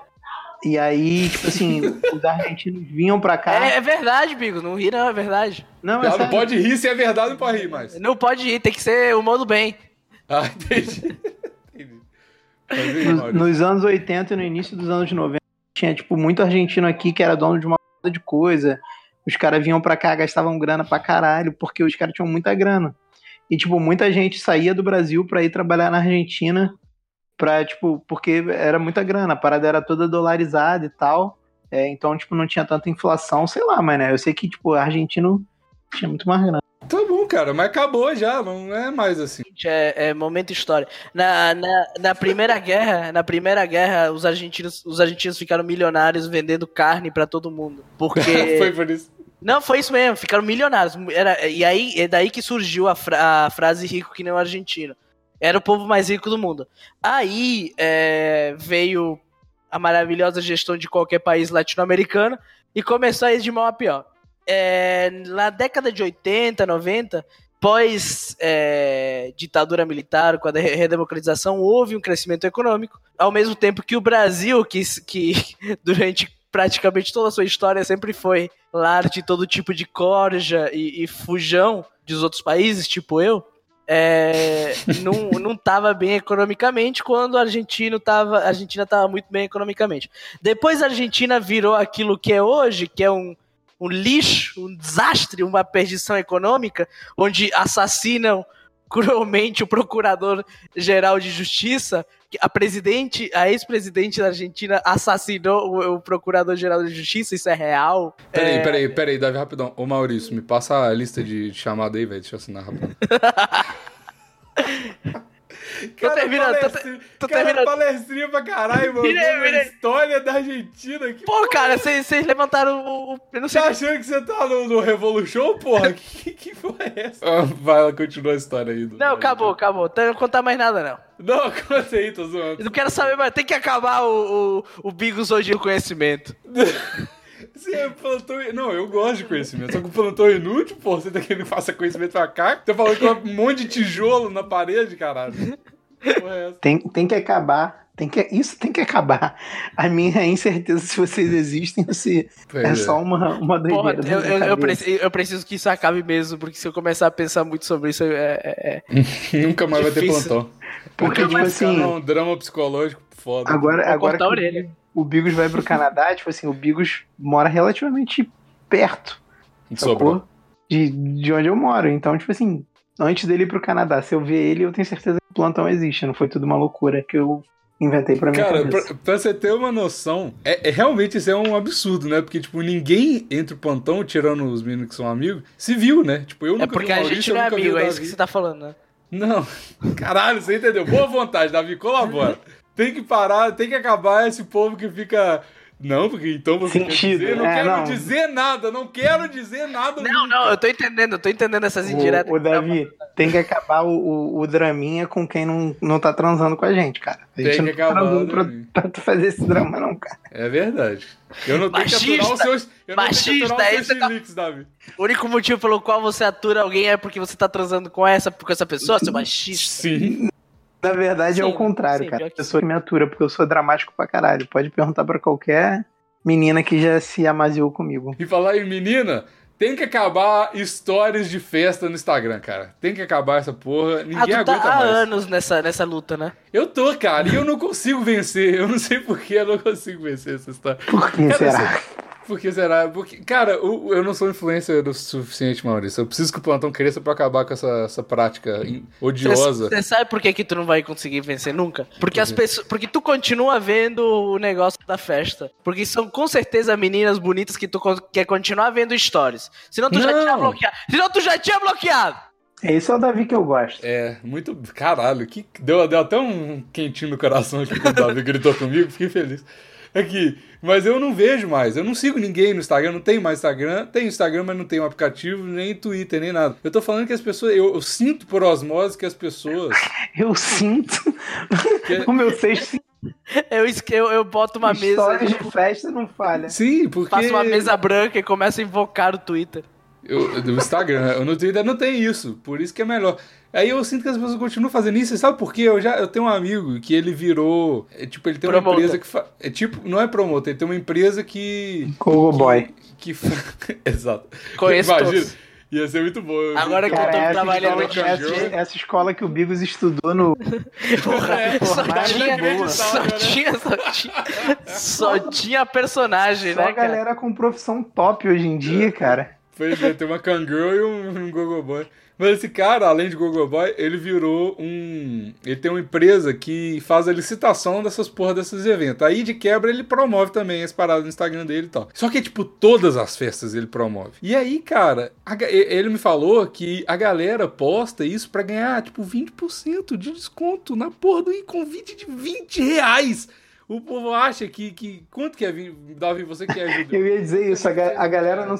[SPEAKER 3] E aí, tipo assim, os argentinos vinham pra cá.
[SPEAKER 2] É, é verdade, Bigo, não ri não, é verdade.
[SPEAKER 3] Não, é
[SPEAKER 1] Ela não
[SPEAKER 3] sério.
[SPEAKER 1] pode rir se é verdade, não pode rir mais.
[SPEAKER 2] Não pode rir, tem que ser humor do bem.
[SPEAKER 1] Ah, entendi. entendi. Mas e aí,
[SPEAKER 3] Nos,
[SPEAKER 1] Maurício?
[SPEAKER 3] nos anos 80 e no início dos anos 90, tinha, tipo, muito argentino aqui que era dono de uma porrada de coisa. Os caras vinham pra cá, gastavam grana pra caralho, porque os caras tinham muita grana. E, tipo, muita gente saía do Brasil pra ir trabalhar na Argentina, pra, tipo, porque era muita grana, a parada era toda dolarizada e tal. É, então, tipo, não tinha tanta inflação, sei lá, mas né, eu sei que, tipo, argentino tinha muito mais grana.
[SPEAKER 1] Tá bom, cara, mas acabou já, não é mais assim.
[SPEAKER 2] Gente, É, é momento história. Na, na, na primeira guerra, na primeira guerra, os argentinos, os argentinos ficaram milionários vendendo carne pra todo mundo,
[SPEAKER 3] É.
[SPEAKER 2] porque
[SPEAKER 1] Foi por isso.
[SPEAKER 2] não foi isso mesmo, ficaram milionários. Era, e aí é daí que surgiu a, fra- a frase rico que nem o argentino. Era o povo mais rico do mundo. Aí é, veio a maravilhosa gestão de qualquer país latino-americano e começou a ir de mal a pior. É, na década de 80, 90, pós é, ditadura militar, com a de- redemocratização, houve um crescimento econômico, ao mesmo tempo que o Brasil, que, s- que durante praticamente toda a sua história sempre foi lar de todo tipo de corja e, e fujão dos outros países, tipo eu, é, não, não tava bem economicamente quando a Argentina tava, a Argentina tava muito bem economicamente. Depois a Argentina virou aquilo que é hoje, que é um, um lixo, um desastre, uma perdição econômica, onde assassinam cruelmente o procurador-geral de justiça, que a presidente, a ex-presidente da Argentina assassinou o, o procurador-geral de justiça, isso é real.
[SPEAKER 1] Peraí, peraí, peraí, Davi, rapidão. Ô Maurício, me passa a lista de chamada aí, velho. Deixa eu assinar rapidão.
[SPEAKER 2] Tô
[SPEAKER 1] Cara,
[SPEAKER 2] terminando, tô,
[SPEAKER 1] palestri-
[SPEAKER 2] tô
[SPEAKER 1] cara,
[SPEAKER 2] terminando.
[SPEAKER 1] palestrinha pra caralho, mano.
[SPEAKER 2] Virei, virei.
[SPEAKER 1] História da Argentina. Que
[SPEAKER 2] Pô, cara, vocês vocês levantaram o. o- Eu não sei.
[SPEAKER 1] Tá achando que você tá no, no Revolution, porra? que, que porra é essa? vai, ela continua a história aí.
[SPEAKER 2] Não, acabou, acabou. Então eu não vou contar mais nada, não.
[SPEAKER 1] Não, conta aí, tô zoando.
[SPEAKER 2] Eu não quero saber mais. Tem que acabar o, o, o Bigos hoje do conhecimento.
[SPEAKER 1] Você é plantão... Não, eu gosto de conhecimento. Só que o plantão é inútil, porra. Você tá querendo que faça conhecimento pra cá? Tá falando que é um monte de tijolo na parede, caralho. Que porra é essa?
[SPEAKER 3] Tem, tem que acabar. Tem que, isso tem que acabar. A minha incerteza se vocês existem ou se é só uma, uma
[SPEAKER 2] Porra,
[SPEAKER 3] doideira.
[SPEAKER 2] eu,
[SPEAKER 3] da minha
[SPEAKER 2] eu, eu
[SPEAKER 3] cabeça.
[SPEAKER 2] preci- eu preciso que isso acabe mesmo, porque se eu começar a pensar muito sobre isso, é. é- é-
[SPEAKER 1] Nunca mais vai ter
[SPEAKER 2] Difícil.
[SPEAKER 1] plantão.
[SPEAKER 3] um
[SPEAKER 1] Nunca
[SPEAKER 3] Porque, tipo
[SPEAKER 1] mais
[SPEAKER 3] assim,
[SPEAKER 1] ficar num drama psicológico foda.
[SPEAKER 3] Agora,
[SPEAKER 2] Vou
[SPEAKER 3] agora
[SPEAKER 2] um, cortar a
[SPEAKER 3] que
[SPEAKER 2] orelha.
[SPEAKER 3] o Bigos vai pro Canadá, tipo assim, o Bigos mora relativamente perto,
[SPEAKER 1] Sobrou.
[SPEAKER 3] sacou? De, de onde eu moro. Então, tipo assim, antes dele ir pro Canadá, se eu ver ele, eu tenho certeza que o plantão existe. Não foi tudo uma loucura que eu inventei pra mim.
[SPEAKER 1] Cara, pra, pra você ter uma noção, é, é- realmente isso é um absurdo, né? Porque, tipo, ninguém entre o plantão, tirando os meninos que são amigos, se viu, né? Tipo, eu
[SPEAKER 2] É
[SPEAKER 1] nunca
[SPEAKER 2] porque
[SPEAKER 1] vi o
[SPEAKER 2] a
[SPEAKER 1] Maurício,
[SPEAKER 2] gente
[SPEAKER 1] eu
[SPEAKER 2] não é
[SPEAKER 1] nunca vi o
[SPEAKER 2] amigo, é
[SPEAKER 1] Davi.
[SPEAKER 2] isso que você tá falando, né?
[SPEAKER 1] Não, caralho, você entendeu? Boa vontade, Davi, colabora. Tem que parar, tem que acabar esse povo que fica... Não, porque então você quer
[SPEAKER 3] Sentido,
[SPEAKER 1] dizer... Não
[SPEAKER 3] é,
[SPEAKER 1] quero
[SPEAKER 3] não.
[SPEAKER 1] dizer nada, não quero dizer nada.
[SPEAKER 2] Não, não, eu tô entendendo, eu tô entendendo essas indiretas.
[SPEAKER 3] O, o Davi tem que acabar o, o, o draminha com quem não, não tá transando com a gente, cara. A gente
[SPEAKER 1] Tem
[SPEAKER 3] não
[SPEAKER 1] que
[SPEAKER 3] tá
[SPEAKER 1] acabar, né?
[SPEAKER 3] transando pra,
[SPEAKER 1] Davi.
[SPEAKER 3] pra tu fazer esse drama, não, cara.
[SPEAKER 1] É verdade. Eu não tenho que aturar os
[SPEAKER 2] Machista,
[SPEAKER 1] seus... Eu não tenho que
[SPEAKER 2] machista,
[SPEAKER 1] aturar os
[SPEAKER 2] é isso
[SPEAKER 1] seus
[SPEAKER 2] que tá-
[SPEAKER 1] chiliques, Davi.
[SPEAKER 2] O único motivo pelo qual você atura alguém é porque você tá transando com essa, com essa pessoa, seu machista.
[SPEAKER 1] Sim.
[SPEAKER 3] Na verdade é o
[SPEAKER 2] Sim,
[SPEAKER 3] contrário,
[SPEAKER 2] sim,
[SPEAKER 3] cara.
[SPEAKER 2] pior
[SPEAKER 3] A
[SPEAKER 2] que
[SPEAKER 3] pessoa que me atura, porque eu sou dramático pra caralho. Pode perguntar pra qualquer menina que já se amaziou comigo.
[SPEAKER 1] E falar em menina, tem que acabar stories de festa no Instagram, cara. Tem que acabar essa porra.
[SPEAKER 2] Ah,
[SPEAKER 1] Ninguém
[SPEAKER 2] tu tá
[SPEAKER 1] aguenta
[SPEAKER 2] há
[SPEAKER 1] mais.
[SPEAKER 2] anos nessa, nessa luta, né?
[SPEAKER 1] Eu tô, cara, e eu não consigo vencer. Eu não sei por que eu não consigo vencer essa história.
[SPEAKER 3] Por que
[SPEAKER 1] Cara,
[SPEAKER 3] será?
[SPEAKER 1] Por que será? Porque, cara, eu, eu não sou influencer o suficiente, Maurício. Eu preciso que o plantão cresça pra acabar com essa, essa prática in- odiosa.
[SPEAKER 2] Você sabe por que, que tu não vai conseguir vencer nunca? Porque as pessoas. Porque tu continua vendo o negócio da festa. Porque são com certeza meninas bonitas que tu con- quer continuar vendo stories. Senão tu já
[SPEAKER 1] Não.
[SPEAKER 2] tinha bloqueado. Senão tu já tinha bloqueado!
[SPEAKER 3] Esse é o Davi que eu gosto.
[SPEAKER 1] É, muito. Caralho, que deu, deu até um quentinho no coração aqui quando o Davi gritou comigo, fiquei feliz. Aqui, mas eu não vejo mais, eu não sigo ninguém no Instagram, não tenho mais Instagram, tenho Instagram, mas não tenho aplicativo, nem Twitter, nem nada. Eu tô falando que as pessoas, eu, eu sinto por osmose que as pessoas.
[SPEAKER 3] Eu sinto o meu sexto
[SPEAKER 2] Eu, esque- eu, eu boto uma mesa.
[SPEAKER 3] histórias de festa não falha.
[SPEAKER 1] Sim, porque.
[SPEAKER 2] Faço uma mesa branca e começo a invocar o Twitter.
[SPEAKER 1] Eu, do Instagram, no Twitter não tem isso, por isso que é melhor. Aí eu sinto que as pessoas continuam fazendo isso, e sabe por quê? Eu já eu tenho um amigo que ele virou, é, tipo, ele tem uma
[SPEAKER 2] Promoter.
[SPEAKER 1] empresa que fa- é tipo, não é promotor, ele tem uma empresa que
[SPEAKER 3] Cogo Boy.
[SPEAKER 1] que fa- exato.
[SPEAKER 2] Conheço
[SPEAKER 1] Imagina,
[SPEAKER 2] todos.
[SPEAKER 1] ia ser muito bom. eu-
[SPEAKER 2] Agora que eu
[SPEAKER 3] Cara,
[SPEAKER 2] tô
[SPEAKER 3] essa
[SPEAKER 2] trabalhando
[SPEAKER 3] escola,
[SPEAKER 1] com
[SPEAKER 3] essa,
[SPEAKER 2] né?
[SPEAKER 1] cachorro.
[SPEAKER 3] essa escola que o Bigos estudou no.
[SPEAKER 2] Porra,
[SPEAKER 1] É,
[SPEAKER 2] só,
[SPEAKER 3] porra,
[SPEAKER 2] tinha,
[SPEAKER 1] inacreditável,
[SPEAKER 2] só,
[SPEAKER 1] né?
[SPEAKER 2] tinha, só tinha. Só tinha personagem,
[SPEAKER 3] Só
[SPEAKER 2] né, cara?
[SPEAKER 3] galera com profissão top hoje em dia, cara.
[SPEAKER 1] Pois é, tem uma Kangirl e um, um Gogoboy. Mas esse cara, além de Gogoboy, ele virou um. Ele tem uma empresa que faz a licitação dessas porra desses eventos. Aí de quebra ele promove também as paradas no Instagram dele e tal. Só que, tipo, todas as festas ele promove. E aí, cara, a ga- e- ele me falou que a galera posta isso pra ganhar, tipo, 20% de desconto na porra do convite de 20 reais. O povo acha que. que quanto que é, vi- Davi? Você que é ajuda.
[SPEAKER 3] Eu ia dizer isso, a, ga- a galera não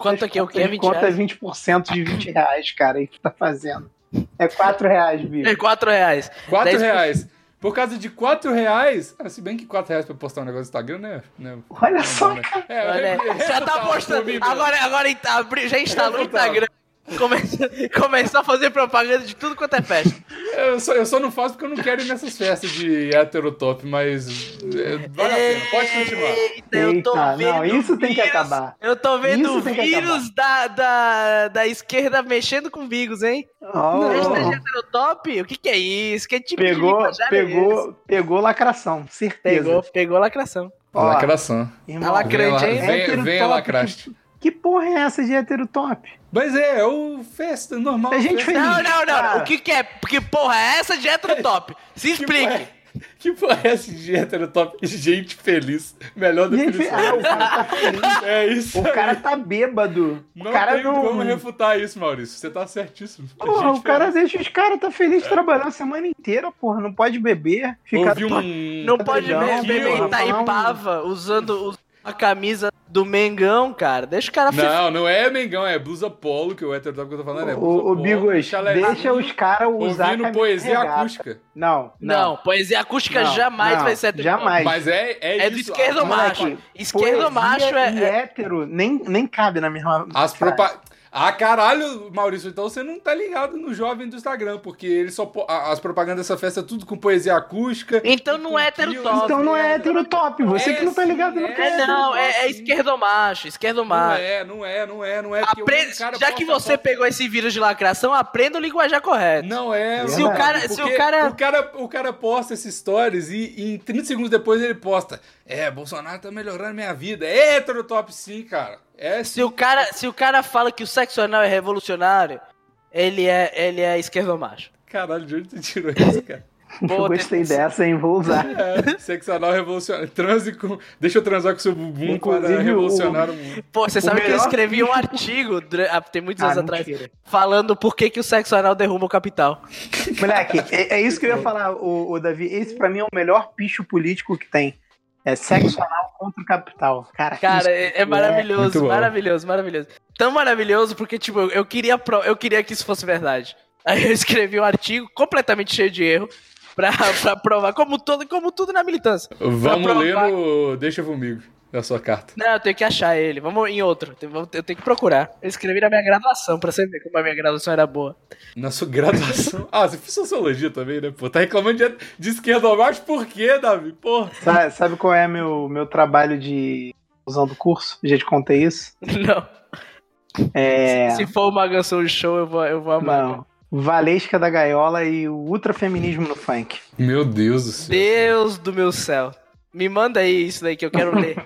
[SPEAKER 2] Quanto aqui? O que é 20
[SPEAKER 3] Conta é
[SPEAKER 2] reais?
[SPEAKER 3] 20% de 20 reais, cara, aí que tá fazendo. É 4 reais,
[SPEAKER 2] É
[SPEAKER 3] Bigos.
[SPEAKER 2] 4 reais.
[SPEAKER 1] 4
[SPEAKER 2] 10%.
[SPEAKER 1] reais. Por causa de 4 reais. Ah, se bem que 4 reais pra postar um negócio no Instagram, né? né
[SPEAKER 3] Olha só,
[SPEAKER 1] né?
[SPEAKER 3] cara.
[SPEAKER 1] É,
[SPEAKER 2] Olha,
[SPEAKER 1] eu- eu-
[SPEAKER 2] já
[SPEAKER 1] eu-
[SPEAKER 2] tá
[SPEAKER 1] eu-
[SPEAKER 2] postando.
[SPEAKER 1] eu-
[SPEAKER 2] Agora, agora ent- abri- já instalou o Instagram. Começou, começou a fazer propaganda de tudo quanto é festa.
[SPEAKER 1] Eu só, eu só não faço porque eu não quero ir nessas festas de heterotop, mas. é, vale a pena, pode continuar.
[SPEAKER 2] Eita, eu tô
[SPEAKER 3] Eita,
[SPEAKER 2] vendo
[SPEAKER 3] não, isso
[SPEAKER 2] o
[SPEAKER 3] tem que
[SPEAKER 2] vírus-
[SPEAKER 3] acabar.
[SPEAKER 2] Eu tô vendo
[SPEAKER 3] Isso
[SPEAKER 2] o
[SPEAKER 3] tem que
[SPEAKER 2] vírus da, da, da esquerda mexendo com Bigos, hein?
[SPEAKER 3] Ó,
[SPEAKER 2] Festa
[SPEAKER 3] ó,
[SPEAKER 2] de heterotop? O que que é isso? Que tipo de
[SPEAKER 3] pegou,
[SPEAKER 2] linguajar é esse?
[SPEAKER 3] pegou, pegou lacração, certeza.
[SPEAKER 2] Pegou, pegou lacração.
[SPEAKER 3] Ó,
[SPEAKER 1] Lacração.
[SPEAKER 3] irmão,
[SPEAKER 2] Tá lacra-
[SPEAKER 1] Vem, lá,
[SPEAKER 2] Crente, hein?
[SPEAKER 1] vem, vem a
[SPEAKER 3] Heterotop.
[SPEAKER 1] lacraste.
[SPEAKER 3] Que porra é essa de hétero top?
[SPEAKER 1] Mas é, é o festa normal.
[SPEAKER 3] A gente
[SPEAKER 1] festa.
[SPEAKER 3] fez-
[SPEAKER 2] Não, não, não.
[SPEAKER 3] Cara.
[SPEAKER 2] O que que é? Que porra é essa de heterotop? Se
[SPEAKER 1] Que porra
[SPEAKER 2] explique.
[SPEAKER 1] é- Que porra é essa de heterotop? Gente feliz. Melhor
[SPEAKER 3] Gente, ah,
[SPEAKER 1] definição.
[SPEAKER 3] o cara tá feliz.
[SPEAKER 1] É isso.
[SPEAKER 3] O
[SPEAKER 1] aí.
[SPEAKER 3] cara tá bêbado.
[SPEAKER 1] Não
[SPEAKER 3] o cara
[SPEAKER 1] tem
[SPEAKER 3] não.
[SPEAKER 1] como refutar isso, Maurício. Você tá certíssimo.
[SPEAKER 3] Porra,
[SPEAKER 1] Gente
[SPEAKER 3] o cara
[SPEAKER 1] feliz.
[SPEAKER 3] deixa os caras tá feliz
[SPEAKER 1] É.
[SPEAKER 3] trabalhando a semana inteira, porra. Não pode beber. Ficar
[SPEAKER 1] Ouvi um...
[SPEAKER 2] Não pode
[SPEAKER 3] legal.
[SPEAKER 2] be-
[SPEAKER 1] Ih,
[SPEAKER 2] beber em
[SPEAKER 1] rapaz.
[SPEAKER 2] Itaipava usando us- a camisa do Mengão, cara. Deixa o cara ser
[SPEAKER 1] Não, não é Mengão, é blusa polo, que é o heterotop que eu tô falando é blusa
[SPEAKER 3] O, o
[SPEAKER 1] polo,
[SPEAKER 3] Bigos,
[SPEAKER 1] chalezinho,
[SPEAKER 3] deixa os caras usar
[SPEAKER 1] ouvindo
[SPEAKER 3] camisa
[SPEAKER 1] poesia
[SPEAKER 3] regata.
[SPEAKER 1] acústica.
[SPEAKER 3] Não,
[SPEAKER 2] Não,
[SPEAKER 3] não.
[SPEAKER 2] poesia acústica
[SPEAKER 3] Não,
[SPEAKER 2] jamais
[SPEAKER 3] não,
[SPEAKER 2] vai ser heterotop.
[SPEAKER 3] jamais.
[SPEAKER 1] Mas é, é,
[SPEAKER 2] É do
[SPEAKER 1] isso.
[SPEAKER 2] esquerdo
[SPEAKER 1] a-
[SPEAKER 2] macho.
[SPEAKER 3] Moleque,
[SPEAKER 2] Esquerdo macho
[SPEAKER 3] Poesia
[SPEAKER 2] é,
[SPEAKER 3] e
[SPEAKER 2] é-
[SPEAKER 3] hétero nem, nem cabe na minha.
[SPEAKER 1] As propa... Ah, caralho, Maurício, então você não tá ligado no jovem do Instagram, porque ele só po- a- as propagandas dessa festa é tudo com poesia acústica.
[SPEAKER 2] Então não é heterotop.
[SPEAKER 3] Então não é hétero top. Você que não tá ligado no
[SPEAKER 1] É,
[SPEAKER 3] que
[SPEAKER 2] É, não, é, é
[SPEAKER 1] assim.
[SPEAKER 2] esquerdo macho, esquerdo
[SPEAKER 1] Não
[SPEAKER 2] macho.
[SPEAKER 1] é, não é, não é, não é.
[SPEAKER 2] Apre-
[SPEAKER 1] porque o cara
[SPEAKER 2] Já que
[SPEAKER 1] posta
[SPEAKER 2] você
[SPEAKER 1] foto-
[SPEAKER 2] pegou esse vírus de lacração, aprenda o linguajar correto.
[SPEAKER 1] Não é,
[SPEAKER 3] Se
[SPEAKER 1] mano,
[SPEAKER 3] o
[SPEAKER 2] cara- se
[SPEAKER 1] porque
[SPEAKER 2] o cara-
[SPEAKER 1] o cara. O cara posta esses stories e, e em 30 segundos depois ele posta. É, Bolsonaro tá melhorando minha vida. É hétero top sim, cara. É sim.
[SPEAKER 2] Se, o cara, se o cara fala que o sexo anal é revolucionário, ele é, ele é esquerdo macho.
[SPEAKER 1] Caralho, de onde você tirou isso, cara?
[SPEAKER 2] Pô,
[SPEAKER 3] Eu gostei
[SPEAKER 2] tem-
[SPEAKER 3] dessa, hein? Vou usar.
[SPEAKER 1] É, sexo anal revolucionário. Transe com. Deixa eu transar com seu bumbum para
[SPEAKER 3] Inclusive,
[SPEAKER 1] revolucionar o mundo.
[SPEAKER 2] Pô, você sabe que eu
[SPEAKER 3] melhor-
[SPEAKER 2] escrevi um artigo dra- ah, tem muitos
[SPEAKER 3] Ah,
[SPEAKER 2] anos atrás
[SPEAKER 3] mentira.
[SPEAKER 2] falando por que, que o sexo anal derruba o capital.
[SPEAKER 3] Moleque, é, é isso que eu ia falar, o, Davi. Esse pra mim é o melhor picho político que tem. É sexo anal contra o capital. Cara,
[SPEAKER 2] Cara, é, é
[SPEAKER 1] Muito
[SPEAKER 2] maravilhoso,
[SPEAKER 1] bom.
[SPEAKER 2] maravilhoso, maravilhoso. Tão maravilhoso porque, tipo, eu, eu queria, pro- eu queria que isso fosse verdade. Aí eu escrevi um artigo completamente cheio de erro pra, pra provar, como, todo, como tudo na militância.
[SPEAKER 1] Vamos
[SPEAKER 2] Pra
[SPEAKER 1] ler
[SPEAKER 2] provar-
[SPEAKER 1] no. Deixa comigo, na sua carta.
[SPEAKER 2] Não, eu tenho que achar ele. Vamos em outro. Tem- vamos- Eu tenho que procurar. Eu escrevi na minha graduação, pra você ver como a minha graduação era boa.
[SPEAKER 1] Na sua graduação. Ah, você fez sociologia também, né? Pô, tá reclamando de, de esquerda ao baixo por quê, Davi? Porra.
[SPEAKER 3] isso- sabe, sabe qual é meu, meu trabalho de conclusão do curso? Já te contei isso?
[SPEAKER 2] Não.
[SPEAKER 3] É.
[SPEAKER 2] Se for uma canção de show, eu vou, eu vou amar.
[SPEAKER 3] Não. Valesca da Gaiola e o ultrafeminismo no funk.
[SPEAKER 1] Meu Deus do céu.
[SPEAKER 2] Deus do meu céu. Me manda aí isso daí que eu quero ler.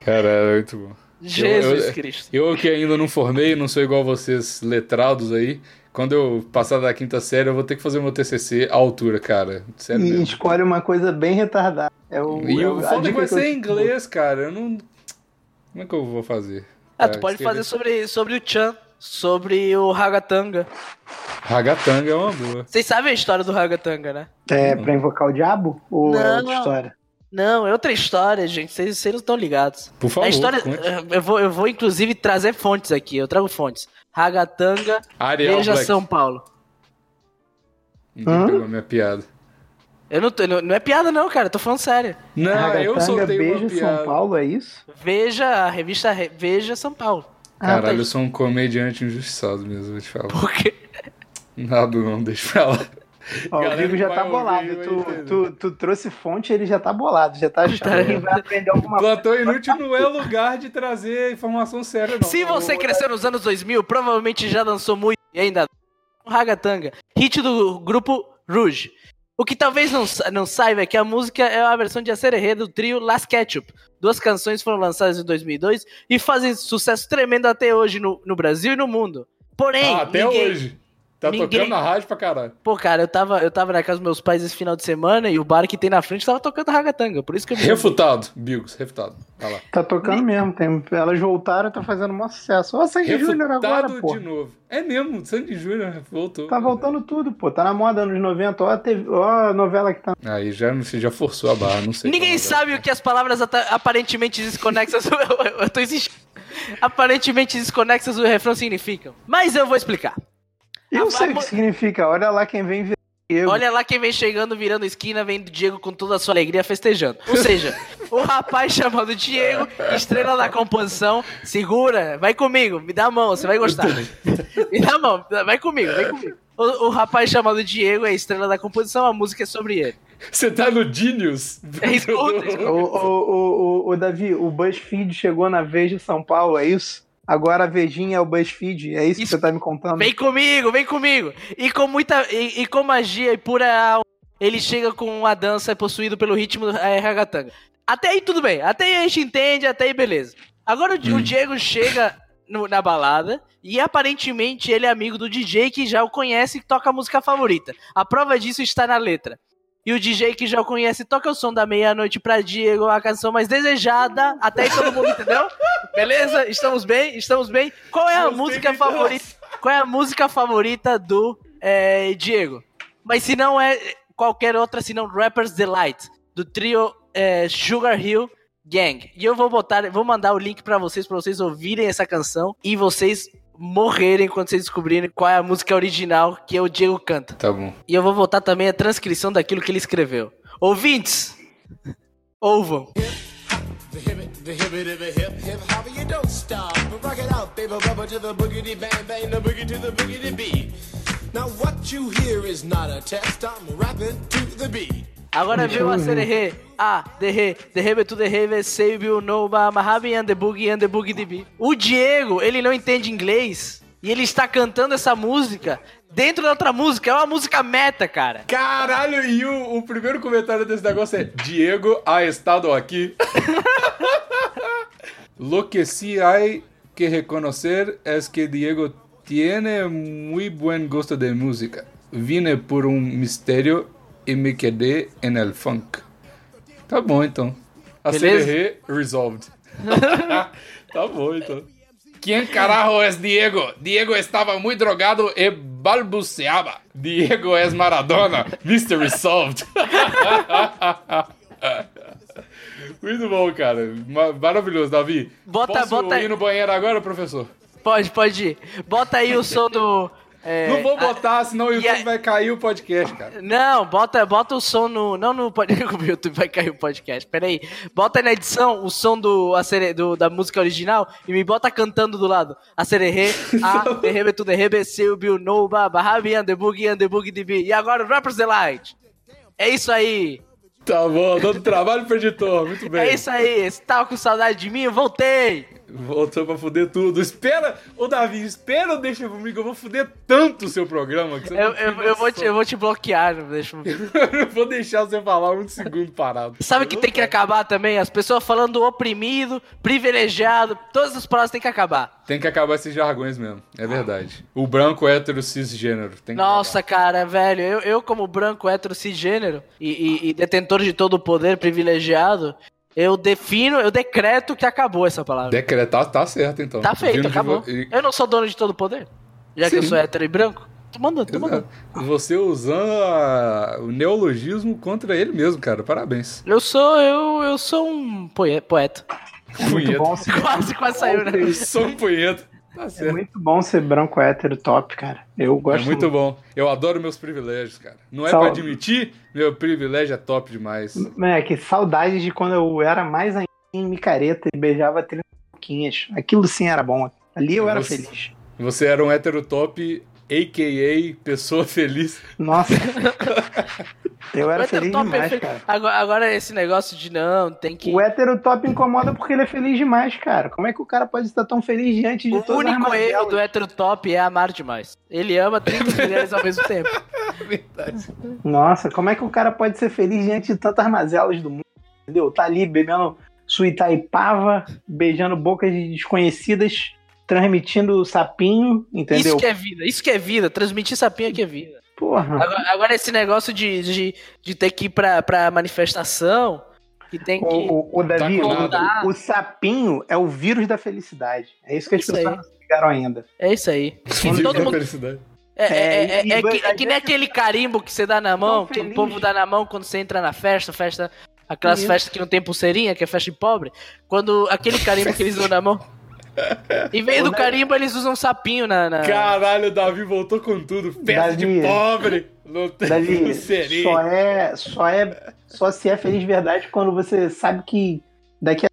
[SPEAKER 1] Caralho, é muito bom.
[SPEAKER 2] Jesus
[SPEAKER 1] eu-
[SPEAKER 2] Cristo.
[SPEAKER 1] Eu que ainda não formei, não sou igual a vocês letrados aí. Quando eu passar da quinta série, eu vou ter que fazer meu TCC à altura, cara. Sério
[SPEAKER 3] E
[SPEAKER 1] É mesmo.
[SPEAKER 3] escolhe uma coisa bem retardada. É o,
[SPEAKER 1] E
[SPEAKER 3] é
[SPEAKER 1] o
[SPEAKER 3] a
[SPEAKER 1] foda é que
[SPEAKER 3] dica
[SPEAKER 1] vai
[SPEAKER 3] que eu
[SPEAKER 1] ser em
[SPEAKER 3] te dou.
[SPEAKER 1] inglês, cara. Eu não. Como é que eu vou fazer?
[SPEAKER 2] Ah,
[SPEAKER 1] Tá,
[SPEAKER 2] tu pode
[SPEAKER 1] escrever.
[SPEAKER 2] fazer sobre, sobre o Chan, sobre o Hagatanga.
[SPEAKER 1] Ragatanga é uma boa.
[SPEAKER 2] Vocês sabem a história do Hagatanga, né?
[SPEAKER 3] É pra invocar o diabo? Ou é
[SPEAKER 2] Não,
[SPEAKER 3] outra
[SPEAKER 2] não.
[SPEAKER 3] história?
[SPEAKER 2] Não, é outra história, gente. Vocês vocês não estão ligados.
[SPEAKER 1] Por favor.
[SPEAKER 2] a história. é eh,
[SPEAKER 1] conte.
[SPEAKER 2] Eu vou, eu vou, inclusive, trazer fontes aqui. Eu trago fontes. Hagatanga,
[SPEAKER 1] Ariel
[SPEAKER 2] Veja
[SPEAKER 1] Black.
[SPEAKER 2] São Paulo.
[SPEAKER 1] Ninguém
[SPEAKER 3] Hã?
[SPEAKER 1] pegou minha piada.
[SPEAKER 2] Eu não, tô, não, não é piada, não, cara. Eu tô falando sério.
[SPEAKER 1] Não, eu
[SPEAKER 3] Ragatanga,
[SPEAKER 1] soltei
[SPEAKER 3] beijo
[SPEAKER 1] uma piada.
[SPEAKER 3] São Paulo, é isso?
[SPEAKER 2] Veja a revista Re- Veja São Paulo.
[SPEAKER 3] Ah, tá.
[SPEAKER 1] Caralho, eu sou um comediante injustiçado mesmo, vou te falar.
[SPEAKER 2] Porque.
[SPEAKER 1] Nada não, deixa pra lá.
[SPEAKER 3] Ó, o
[SPEAKER 1] Galera
[SPEAKER 3] Vigo já
[SPEAKER 1] vai
[SPEAKER 3] tá
[SPEAKER 1] ouvir,
[SPEAKER 3] bolado.
[SPEAKER 1] vai
[SPEAKER 3] Tu,
[SPEAKER 1] entender.
[SPEAKER 3] tu, tu trouxe fonte, ele já tá bolado. Já tá achando que vai aprender alguma coisa.
[SPEAKER 1] Platão Inútil não é lugar de trazer informação séria, não.
[SPEAKER 2] Se você cresceu nos anos 2000, provavelmente já dançou muito e ainda Ragatanga, hit do grupo Rouge. O que talvez não, sa- não saiba é que a música é a versão de A Sererê do trio Las Ketchup. Duas canções foram lançadas em 2002 e fazem sucesso tremendo até hoje no, no Brasil e no mundo. Porém,
[SPEAKER 1] Ah, até
[SPEAKER 2] ninguém-
[SPEAKER 1] hoje. Tá
[SPEAKER 2] ninguém-
[SPEAKER 1] tocando na rádio pra caralho.
[SPEAKER 2] Pô, cara, eu tava, eu tava na casa dos meus pais esse final de semana e o bar que tem na frente tava tocando Ragatanga, por isso que eu me...
[SPEAKER 1] Refutado, Bigos, refutado. Tá lá.
[SPEAKER 3] Tá tocando mesmo. Tem, elas voltaram e tá fazendo um sucesso. Ó, Sandy Júnior agora,
[SPEAKER 1] Refutado
[SPEAKER 3] pô.
[SPEAKER 1] de novo. É mesmo, Sandy Júnior voltou.
[SPEAKER 3] Tá voltando tudo, pô. Tá na moda anos 90. Ó, a TV, ó a novela que tá.
[SPEAKER 2] Ah,
[SPEAKER 1] Aí já, você já forçou a barra, não sei.
[SPEAKER 2] Ninguém
[SPEAKER 1] como, é
[SPEAKER 2] sabe o que as palavras ata- aparentemente desconexas. eu, eu- eu tô insistindo. Aparentemente desconexas do refrão significam. Mas eu vou explicar.
[SPEAKER 3] Eu
[SPEAKER 2] Ah,
[SPEAKER 3] sei o
[SPEAKER 2] mas-
[SPEAKER 3] que significa. Olha lá quem vem ver. Eu.
[SPEAKER 2] Olha lá quem vem chegando, virando esquina, vem do Diego com toda a sua alegria festejando. Ou seja, o rapaz chamado Diego, estrela da composição, segura, vai comigo, me dá a mão, você vai gostar. Me dá a mão, vai comigo, vem comigo. O, o rapaz chamado Diego é a estrela da composição, a música é sobre ele. É,
[SPEAKER 1] velho. Você tá no Genius?
[SPEAKER 2] Escuta, escuta.
[SPEAKER 3] Ô, ô, ô, ô, ô, Davi, o BuzzFeed chegou na Veja São Paulo, é isso? Agora a Vejinha é o BuzzFeed, é isso, que
[SPEAKER 2] Isso.
[SPEAKER 3] você tá me contando?
[SPEAKER 2] Vem comigo, vem comigo. E com muita e, e com magia e pura alma, ele chega com uma dança possuído pelo ritmo é, ragatanga. Até aí tudo bem, até aí a gente entende, até aí beleza. Agora o, Di- o Diego chega no- na balada e aparentemente ele é amigo do DJ que já o conhece e toca a música favorita. A prova disso está na letra. E o DJ que já o conhece toca o som da meia-noite pra Diego, a canção mais desejada. Até aí todo mundo entendeu? Beleza? Estamos bem? Estamos bem? Qual é a
[SPEAKER 4] Gostei
[SPEAKER 2] música
[SPEAKER 4] muito
[SPEAKER 2] favorita? Qual é a música favorita do eh, Diego? Mas se não é qualquer outra, senão Rapper's Delight, do trio eh, Sugar Hill Gang. E eu vou botar, vou mandar o link pra vocês, pra vocês ouvirem essa canção e vocês morrerem quando vocês descobrirem qual é a música original que o Diego canta.
[SPEAKER 1] Tá bom.
[SPEAKER 2] E eu vou botar também a transcrição daquilo que ele escreveu. Ouvintes, ouvam.
[SPEAKER 5] The hip, the hip, the hip, hip, hip, hopper, you don't stop. But rock it out, baby, rubber to the boogity bang bang, the boogie to the boogity beat. Now what you hear is not a test. I'm rapping to the beat.
[SPEAKER 2] Agora vem o acererê. A, Ah, the re, the re, to the re, save you know, Mahabi and the boogie and the boogie the bee. O Diego, ele não entende inglês e ele está cantando essa música dentro da outra música. É uma música meta, cara.
[SPEAKER 1] Caralho, e o, o primeiro comentário desse negócio é Diego ha estado aqui. Lo que sí hay que reconocer es que Diego tiene muy buen gusto de música. Vine por un misterio y me quedé en el funk. Tá bom, então. A
[SPEAKER 2] Beleza?
[SPEAKER 1] CDR resolved. tá bom, então. Quem carajo é Diego? Diego estava muito drogado e balbuciava. Diego é Maradona. Mystery solved. muito bom, cara. Ma- Maravilhoso, Davi.
[SPEAKER 2] Bota-
[SPEAKER 1] Posso
[SPEAKER 2] bota-
[SPEAKER 1] ir no banheiro agora, professor?
[SPEAKER 2] Pode, pode ir. Bota aí o som do. é,
[SPEAKER 1] Não vou
[SPEAKER 2] a-
[SPEAKER 1] botar, senão o YouTube
[SPEAKER 2] aí-
[SPEAKER 1] vai cair o podcast, cara.
[SPEAKER 2] Não, bota, bota o som no. Não no podcast. O YouTube vai cair o podcast. Pera aí. Bota aí na edição o som do, acere- do- da música original e me bota cantando do lado. A sererê, a derrebe, tu derrebe, silbio, noba, barrabi, andebug, andebug, dibi. E agora o Rappers Delight. É isso aí.
[SPEAKER 1] Tá bom, dando trabalho pro editor. Muito bem.
[SPEAKER 2] É isso aí. Você tava com saudade de mim? Eu voltei.
[SPEAKER 1] Voltou pra fuder tudo. Espera, ô Davi, espera ou deixa comigo. Eu vou fuder tanto o seu programa que você
[SPEAKER 2] Eu,
[SPEAKER 1] não tem
[SPEAKER 2] eu, eu vou, te,
[SPEAKER 1] noção.
[SPEAKER 2] eu vou te bloquear. Deixa eu...
[SPEAKER 1] Eu vou deixar você falar um segundo parado.
[SPEAKER 2] Sabe o que tem que acabar também? As pessoas falando oprimido, privilegiado, todas as palavras têm que acabar.
[SPEAKER 1] Tem que acabar esses jargões mesmo, é verdade. O branco, hétero, cisgênero. Tem que
[SPEAKER 2] Nossa, cara, velho, eu, eu como branco, hétero, cisgênero e, e- e detentor de todo o poder privilegiado, eu defino, eu decreto que acabou essa palavra.
[SPEAKER 1] acabar. Decretar tá certo, então.
[SPEAKER 2] tá feito,
[SPEAKER 1] Vindo de
[SPEAKER 2] acabou.
[SPEAKER 1] vo- e-
[SPEAKER 2] Eu não sou dono de todo o poder, já que eu
[SPEAKER 1] Sim.
[SPEAKER 2] sou hétero e branco. Tô mandando, tô mandando.
[SPEAKER 1] Exato. Você usando a- o neologismo contra ele mesmo, cara. Parabéns.
[SPEAKER 2] Eu sou, eu, eu sou um poe- poeta.
[SPEAKER 3] É Muito
[SPEAKER 1] Punheta.
[SPEAKER 3] bom, ser,
[SPEAKER 2] Quase, quase saiu, né?
[SPEAKER 1] Eu sou um punheta. Tá
[SPEAKER 3] é
[SPEAKER 1] certo.
[SPEAKER 3] muito bom ser branco hétero top, cara. Eu
[SPEAKER 1] É
[SPEAKER 3] gosto
[SPEAKER 1] muito bom. Eu adoro meus privilégios, cara. Não é
[SPEAKER 3] Salve.
[SPEAKER 1] pra admitir, meu privilégio é top demais.
[SPEAKER 3] É, que saudades de quando eu era mais ainda em micareta e beijava trinta pouquinhas. Aquilo sim era bom. Ali
[SPEAKER 2] É
[SPEAKER 3] eu era
[SPEAKER 1] Nossa.
[SPEAKER 3] feliz.
[SPEAKER 1] Você era um hétero top, a.k.a. pessoa feliz.
[SPEAKER 3] Nossa. eu era
[SPEAKER 2] O hétero
[SPEAKER 3] feliz
[SPEAKER 2] top é
[SPEAKER 3] demais,
[SPEAKER 2] fe-
[SPEAKER 3] cara.
[SPEAKER 2] Agora, agora esse negócio de não, tem que.
[SPEAKER 3] O hétero top incomoda porque ele é feliz demais, cara. Como é que o cara pode estar tão feliz diante de
[SPEAKER 2] O
[SPEAKER 3] todas as é
[SPEAKER 2] único erro
[SPEAKER 3] mazelas?
[SPEAKER 2] do hétero top é amar demais. Ele ama 30 mulheres ao mesmo tempo.
[SPEAKER 3] Nossa, como é que o cara pode ser feliz diante de tantas mazelas do mundo? Entendeu? Tá ali bebendo sua Itaipava, beijando bocas de desconhecidas, transmitindo sapinho,
[SPEAKER 2] Isso
[SPEAKER 3] entendeu?
[SPEAKER 2] que é vida, isso que é vida. Transmitir sapinho é que é vida.
[SPEAKER 3] Porra.
[SPEAKER 2] Agora, agora esse negócio de, de, de ter que ir pra, pra manifestação, que tem que.
[SPEAKER 3] O, o, o Davi,
[SPEAKER 1] com
[SPEAKER 2] nada.
[SPEAKER 3] o, o sapinho é o vírus da felicidade. É isso que as
[SPEAKER 2] Isso
[SPEAKER 3] pessoas
[SPEAKER 2] aí.
[SPEAKER 3] não se ligaram ainda.
[SPEAKER 2] É isso aí.
[SPEAKER 1] Vive
[SPEAKER 2] todo
[SPEAKER 1] na
[SPEAKER 2] mundo-
[SPEAKER 1] felicidade.
[SPEAKER 2] É, é, é,
[SPEAKER 3] É, e-
[SPEAKER 2] é que,
[SPEAKER 3] e-
[SPEAKER 2] é que nem aquele carimbo que você dá na mão,
[SPEAKER 3] Tão
[SPEAKER 2] que o
[SPEAKER 3] feliz.
[SPEAKER 2] povo dá na mão quando você entra na festa, festa. Aquelas festas que não tem pulseirinha, que é festa de pobre. Quando aquele carimbo que eles dão na mão. Em vez do carimbo, eles usam um sapinho na. na...
[SPEAKER 1] Caralho, o Davi voltou com tudo. Festa de
[SPEAKER 3] Davi.
[SPEAKER 1] pobre. Não tem
[SPEAKER 3] Davi,
[SPEAKER 1] pulseirinha.
[SPEAKER 3] só é, só é, só se é feliz verdade quando você sabe que daqui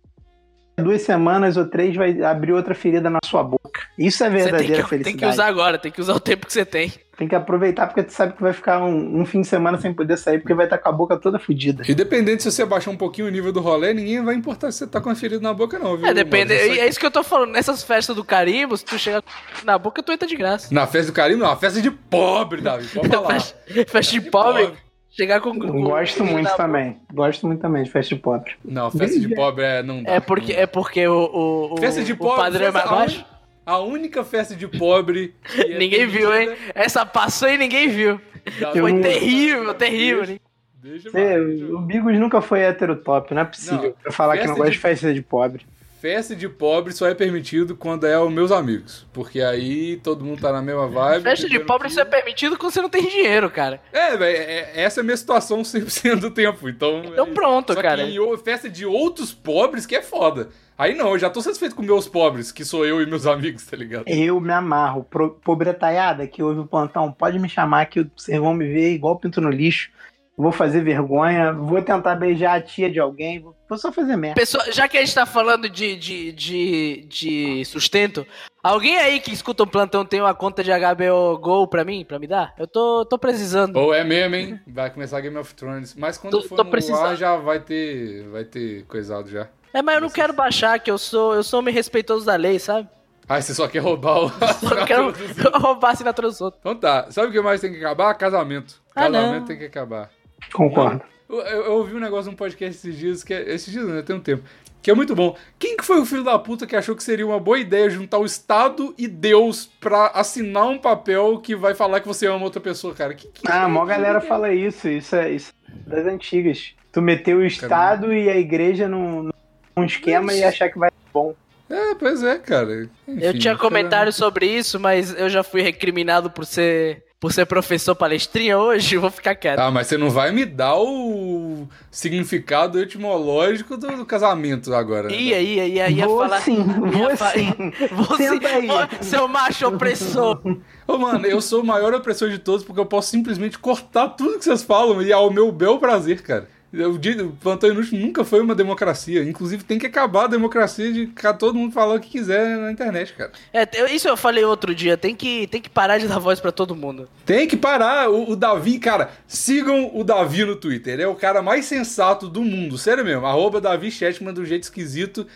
[SPEAKER 3] a duas semanas ou três vai abrir outra ferida na sua boca. Isso é
[SPEAKER 2] Você tem que-
[SPEAKER 3] verdadeira
[SPEAKER 2] tem, que,
[SPEAKER 3] felicidade.
[SPEAKER 2] usar agora, tem que usar o tempo que você tem. É,
[SPEAKER 3] Tem que aproveitar porque tu sabe que vai ficar um, um fim de semana sem poder sair porque vai estar com a boca toda fodida.
[SPEAKER 1] Independente se você baixar um pouquinho o nível do rolê, ninguém vai importar se você tá com a ferida na boca, não, viu?
[SPEAKER 2] É, depende.
[SPEAKER 1] Mas isso
[SPEAKER 2] É isso que eu tô falando. Nessas festas do carimbo, se tu chega na boca, tu entra de graça.
[SPEAKER 1] aqui- Na festa do carimbo, não, a festa de pobre, Davi. Pode falar.
[SPEAKER 2] Festa, festa Então, de pobre, chegar com. com-
[SPEAKER 3] Gosto
[SPEAKER 2] com-
[SPEAKER 3] muito
[SPEAKER 2] na- Ah,
[SPEAKER 3] também. Gosto muito também de festa de pobre.
[SPEAKER 1] Não, festa de pobre é não dá.
[SPEAKER 2] É porque, é porque o, o, o,
[SPEAKER 1] Festa de
[SPEAKER 2] o
[SPEAKER 1] pobre,
[SPEAKER 2] padrão é
[SPEAKER 1] festa
[SPEAKER 2] mais baixo.
[SPEAKER 1] ruim. A única festa de pobre. que é
[SPEAKER 2] ninguém viu, hein?
[SPEAKER 1] permitida.
[SPEAKER 2] Essa passou e ninguém viu.
[SPEAKER 1] Tá
[SPEAKER 2] Foi
[SPEAKER 1] bom.
[SPEAKER 2] terrível, terrível. hein?
[SPEAKER 1] Deixa eu
[SPEAKER 3] Você-
[SPEAKER 1] falar, deixa
[SPEAKER 3] o
[SPEAKER 1] eu-
[SPEAKER 3] Bigos nunca foi heterotop, não é possível.
[SPEAKER 1] Não,
[SPEAKER 3] pra falar que
[SPEAKER 1] festa
[SPEAKER 3] não gosta
[SPEAKER 1] de-
[SPEAKER 3] de festa de pobre.
[SPEAKER 1] Festa de pobre só é permitido quando é os meus amigos. Porque aí todo mundo tá na mesma vibe.
[SPEAKER 2] Festa de
[SPEAKER 1] bebendo
[SPEAKER 2] pobre
[SPEAKER 1] tudo.
[SPEAKER 2] só é permitido quando você não tem dinheiro, cara.
[SPEAKER 1] É, velho, é- essa é a minha situação 100% do tempo. Então,
[SPEAKER 2] Então
[SPEAKER 1] é-
[SPEAKER 2] pronto,
[SPEAKER 1] Só que
[SPEAKER 2] cara.
[SPEAKER 1] em o- festa de outros pobres que é foda. Aí não, eu já tô satisfeito com meus pobres, que sou eu e meus amigos, tá ligado?
[SPEAKER 3] Eu me amarro. Pro, pobretaiada que ouve o plantão, pode me chamar que vocês vão me ver igual pinto no lixo. Vou fazer vergonha, vou tentar beijar a tia de alguém, vou, vou só fazer merda.
[SPEAKER 2] Pessoal, já que a gente tá falando de, de, de, de sustento, alguém aí que escuta o plantão tem uma conta de HBO Go pra mim, pra me dar? Eu tô, tô precisando.
[SPEAKER 1] Ou é mesmo, hein? Vai começar Game of Thrones. Mas quando
[SPEAKER 2] Tô-
[SPEAKER 1] for
[SPEAKER 2] tô
[SPEAKER 1] no
[SPEAKER 2] precisando.
[SPEAKER 1] ar já vai ter, vai ter coisado já.
[SPEAKER 2] É, mas eu não
[SPEAKER 1] Vocês-
[SPEAKER 2] quero baixar, que eu sou, eu sou homem respeitoso da lei, sabe?
[SPEAKER 1] Ai, Ah, você só quer roubar o...
[SPEAKER 2] Eu não quero roubar a assinatura dos outros.
[SPEAKER 1] Então tá, sabe o que mais tem que acabar? Casamento.
[SPEAKER 2] Ah, não.
[SPEAKER 1] Casamento tem que acabar.
[SPEAKER 3] Concordo.
[SPEAKER 1] Eu, eu- eu ouvi um negócio num podcast esses dias, que é, esses dias não, tem um tempo, que é muito bom. Quem que foi o filho da puta que achou que seria uma boa ideia juntar o Estado e Deus pra assinar um papel que vai falar que você ama outra pessoa, cara? Que, que-
[SPEAKER 3] Ah, a maior galera fala isso, isso é, isso é das antigas. Tu meter o Estado e a igreja num, num esquema e achar que vai ser bom.
[SPEAKER 1] É, pois é, cara.
[SPEAKER 2] Eu
[SPEAKER 1] Enfim, tá.
[SPEAKER 2] tinha
[SPEAKER 1] cara,
[SPEAKER 2] comentário sobre isso, mas eu já fui recriminado por ser, por ser professor palestrinha hoje, vou ficar quieto.
[SPEAKER 1] Ah, mas você não vai me dar o significado etimológico do, do casamento agora. né?
[SPEAKER 2] Ia, ia, ia, ia
[SPEAKER 3] vou
[SPEAKER 2] falar.
[SPEAKER 3] sim, vou
[SPEAKER 2] ia fa-
[SPEAKER 3] sim.
[SPEAKER 2] Vou sim,
[SPEAKER 3] Senta aí.
[SPEAKER 2] vou- seu macho opressor.
[SPEAKER 1] Ô, mano, eu sou o maior opressor de todos porque eu posso simplesmente cortar tudo que vocês falam e ao meu bel prazer, cara. Eu digo, O plantão inútil nunca foi uma democracia. Inclusive, tem que acabar a democracia de ficar todo mundo falar o que quiser na internet, cara.
[SPEAKER 2] É, eu- isso eu falei outro dia, tem que, tem que parar de dar voz pra todo mundo.
[SPEAKER 1] Tem que parar. O, o Davi, cara, sigam o Davi no Twitter. Ele é o cara mais sensato do mundo. Sério mesmo. Arroba Davi Chetman do jeito esquisito.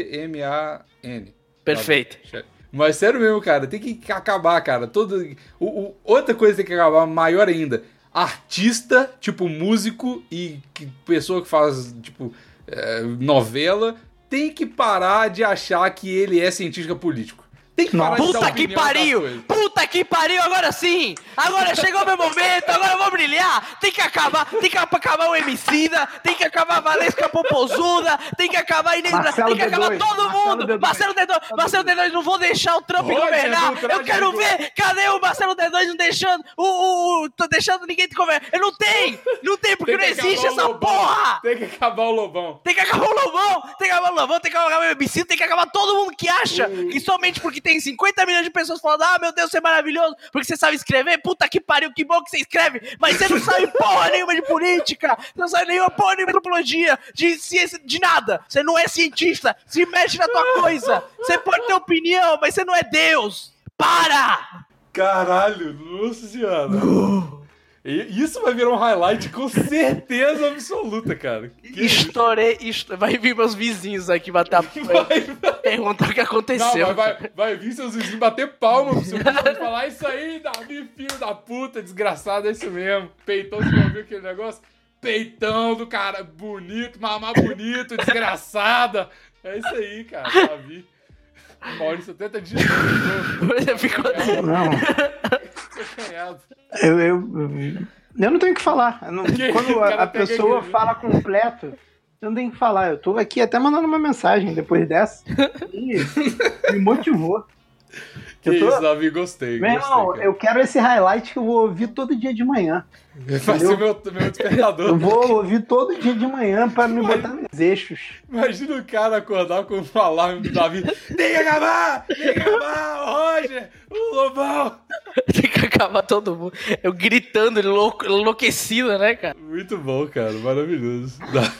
[SPEAKER 1] S-C-H-E-J-T-M-A-N.
[SPEAKER 2] Perfeito.
[SPEAKER 1] Mas sério mesmo, cara, tem que acabar, cara. Todo... O, o- Outra coisa que tem que acabar, maior ainda. Artista, tipo músico e que- pessoa que faz, tipo, eh, novela, tem que parar de achar que ele é cientista político. Tem que parar de dar
[SPEAKER 2] Puta que
[SPEAKER 1] opinião é das
[SPEAKER 2] pariu!
[SPEAKER 1] coisas.
[SPEAKER 2] Puta que pariu, agora sim! Agora chegou meu momento, agora eu vou brilhar! Tem que acabar, tem que acabar o Emicida, tem que acabar a Valesca Popozuda, tem que acabar a Inês Bra-
[SPEAKER 3] Marcelo
[SPEAKER 2] tem que acabar
[SPEAKER 3] D2,
[SPEAKER 2] todo mundo! Marcelo
[SPEAKER 3] Marcelo
[SPEAKER 2] D2, Marcelo D2, não vou deixar o Trump
[SPEAKER 1] Roger
[SPEAKER 2] governar!
[SPEAKER 1] do Traje
[SPEAKER 2] Eu quero
[SPEAKER 1] Azul.
[SPEAKER 2] ver! Cadê o Marcelo D2 não deixando o... o, o tô deixando ninguém te governar? Eu Não tem! Não tem, porque
[SPEAKER 1] Tem
[SPEAKER 2] não
[SPEAKER 1] que
[SPEAKER 2] existe
[SPEAKER 1] acabar o
[SPEAKER 2] essa
[SPEAKER 1] Lobão.
[SPEAKER 2] porra!
[SPEAKER 1] Tem que acabar o Lobão.
[SPEAKER 2] Tem que acabar o Lobão, tem que acabar o Lobão, tem que acabar o MC, tem que acabar todo mundo que acha que somente porque tem 50 milhões de pessoas falando, ah, meu Deus, você é maravilhoso, porque você sabe escrever, puta que pariu, que bom que você escreve, mas você não sabe porra nenhuma de política, você não sabe nenhuma porra nenhuma de antropologia, de ciência, de nada. Você não é cientista, se mexe na tua coisa. Você pode ter opinião, mas você não é Deus. Para!
[SPEAKER 1] Caralho, nossa senhora. E- Isso vai virar um highlight com certeza absoluta, cara. Que-
[SPEAKER 2] Estourei, esto- vai vir meus vizinhos aqui bater a
[SPEAKER 1] Vai, vai.
[SPEAKER 2] perguntar o que
[SPEAKER 1] Não,
[SPEAKER 2] aconteceu.
[SPEAKER 1] mas vai, vai vir seus vizinhos bater palma pro seu vizinho e falar isso aí, Davi, filho da puta, desgraçado, é isso mesmo. Peitão, você já ouviu aquele negócio? Peitão do cara, bonito, mamá bonito, desgraçada. É isso aí, cara, Davi. Maurício, tenta de novo.
[SPEAKER 2] Ficou-
[SPEAKER 3] Não,
[SPEAKER 1] Acanhado.
[SPEAKER 3] eu, eu, eu não tenho o que falar. Eu não-
[SPEAKER 1] Que-
[SPEAKER 3] quando
[SPEAKER 1] cara,
[SPEAKER 3] a, a
[SPEAKER 1] pega
[SPEAKER 3] pessoa
[SPEAKER 1] aqui.
[SPEAKER 3] fala completo, eu não tenho o que falar. Eu tô aqui até mandando uma mensagem depois dessa. E um me motivou.
[SPEAKER 1] Que
[SPEAKER 3] Eu tô-
[SPEAKER 1] isso, Davi, gostei.
[SPEAKER 3] Meu irmão,
[SPEAKER 1] gostei, cara.
[SPEAKER 3] eu quero esse highlight que eu vou ouvir todo dia de manhã.
[SPEAKER 1] Vai ser meu, meu
[SPEAKER 3] Eu
[SPEAKER 1] despertador.
[SPEAKER 3] vou ouvir todo dia de manhã pra me botar nos eixos.
[SPEAKER 1] Imagina o cara acordar com um alarme do Davi. Tem que acabar! Tem que acabar! O Roger! O Lobão!
[SPEAKER 2] Tem que acabar todo mundo. Eu gritando, louco, enlouquecido, né, cara?
[SPEAKER 1] Muito bom, cara. Maravilhoso. Da-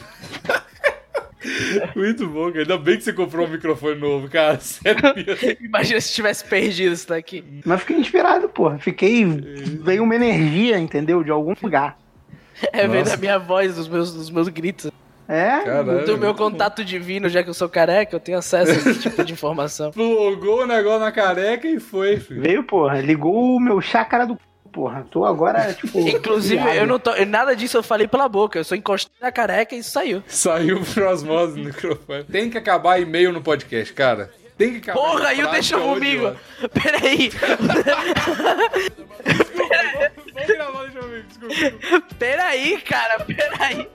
[SPEAKER 1] Muito bom, cara. Ainda bem que você comprou um microfone novo, cara. é Sério mesmo.
[SPEAKER 2] Imagina se tivesse perdido isso daqui.
[SPEAKER 3] Mas fiquei inspirado, porra. Fiquei. Veio uma energia, entendeu? De algum lugar.
[SPEAKER 2] É veio
[SPEAKER 1] Nossa.
[SPEAKER 2] da minha voz, dos meus, dos meus gritos.
[SPEAKER 3] É?
[SPEAKER 1] Caralho.
[SPEAKER 2] Do meu
[SPEAKER 1] muito bom.
[SPEAKER 2] contato divino, já que eu sou careca, eu tenho acesso a esse tipo de informação.
[SPEAKER 1] Plugou o negócio na careca e foi, filho.
[SPEAKER 3] Veio, porra. Ligou o meu chácara do. c****. Porra, tô agora, tipo.
[SPEAKER 2] Inclusive,
[SPEAKER 3] viado.
[SPEAKER 2] eu não tô. Nada disso eu falei pela boca. Eu só encostei na careca e saiu.
[SPEAKER 3] Tá
[SPEAKER 1] Saiu por osmose no microfone. Tem que acabar e-mail no podcast, cara. Tem que acabar.
[SPEAKER 2] Porra,
[SPEAKER 1] essa é
[SPEAKER 2] e o
[SPEAKER 3] Tá
[SPEAKER 1] prática
[SPEAKER 2] deixa comigo?
[SPEAKER 1] odiosa.
[SPEAKER 2] Peraí.
[SPEAKER 1] Vamos gravar o deixa comigo, desculpa.
[SPEAKER 2] Peraí, cara, peraí.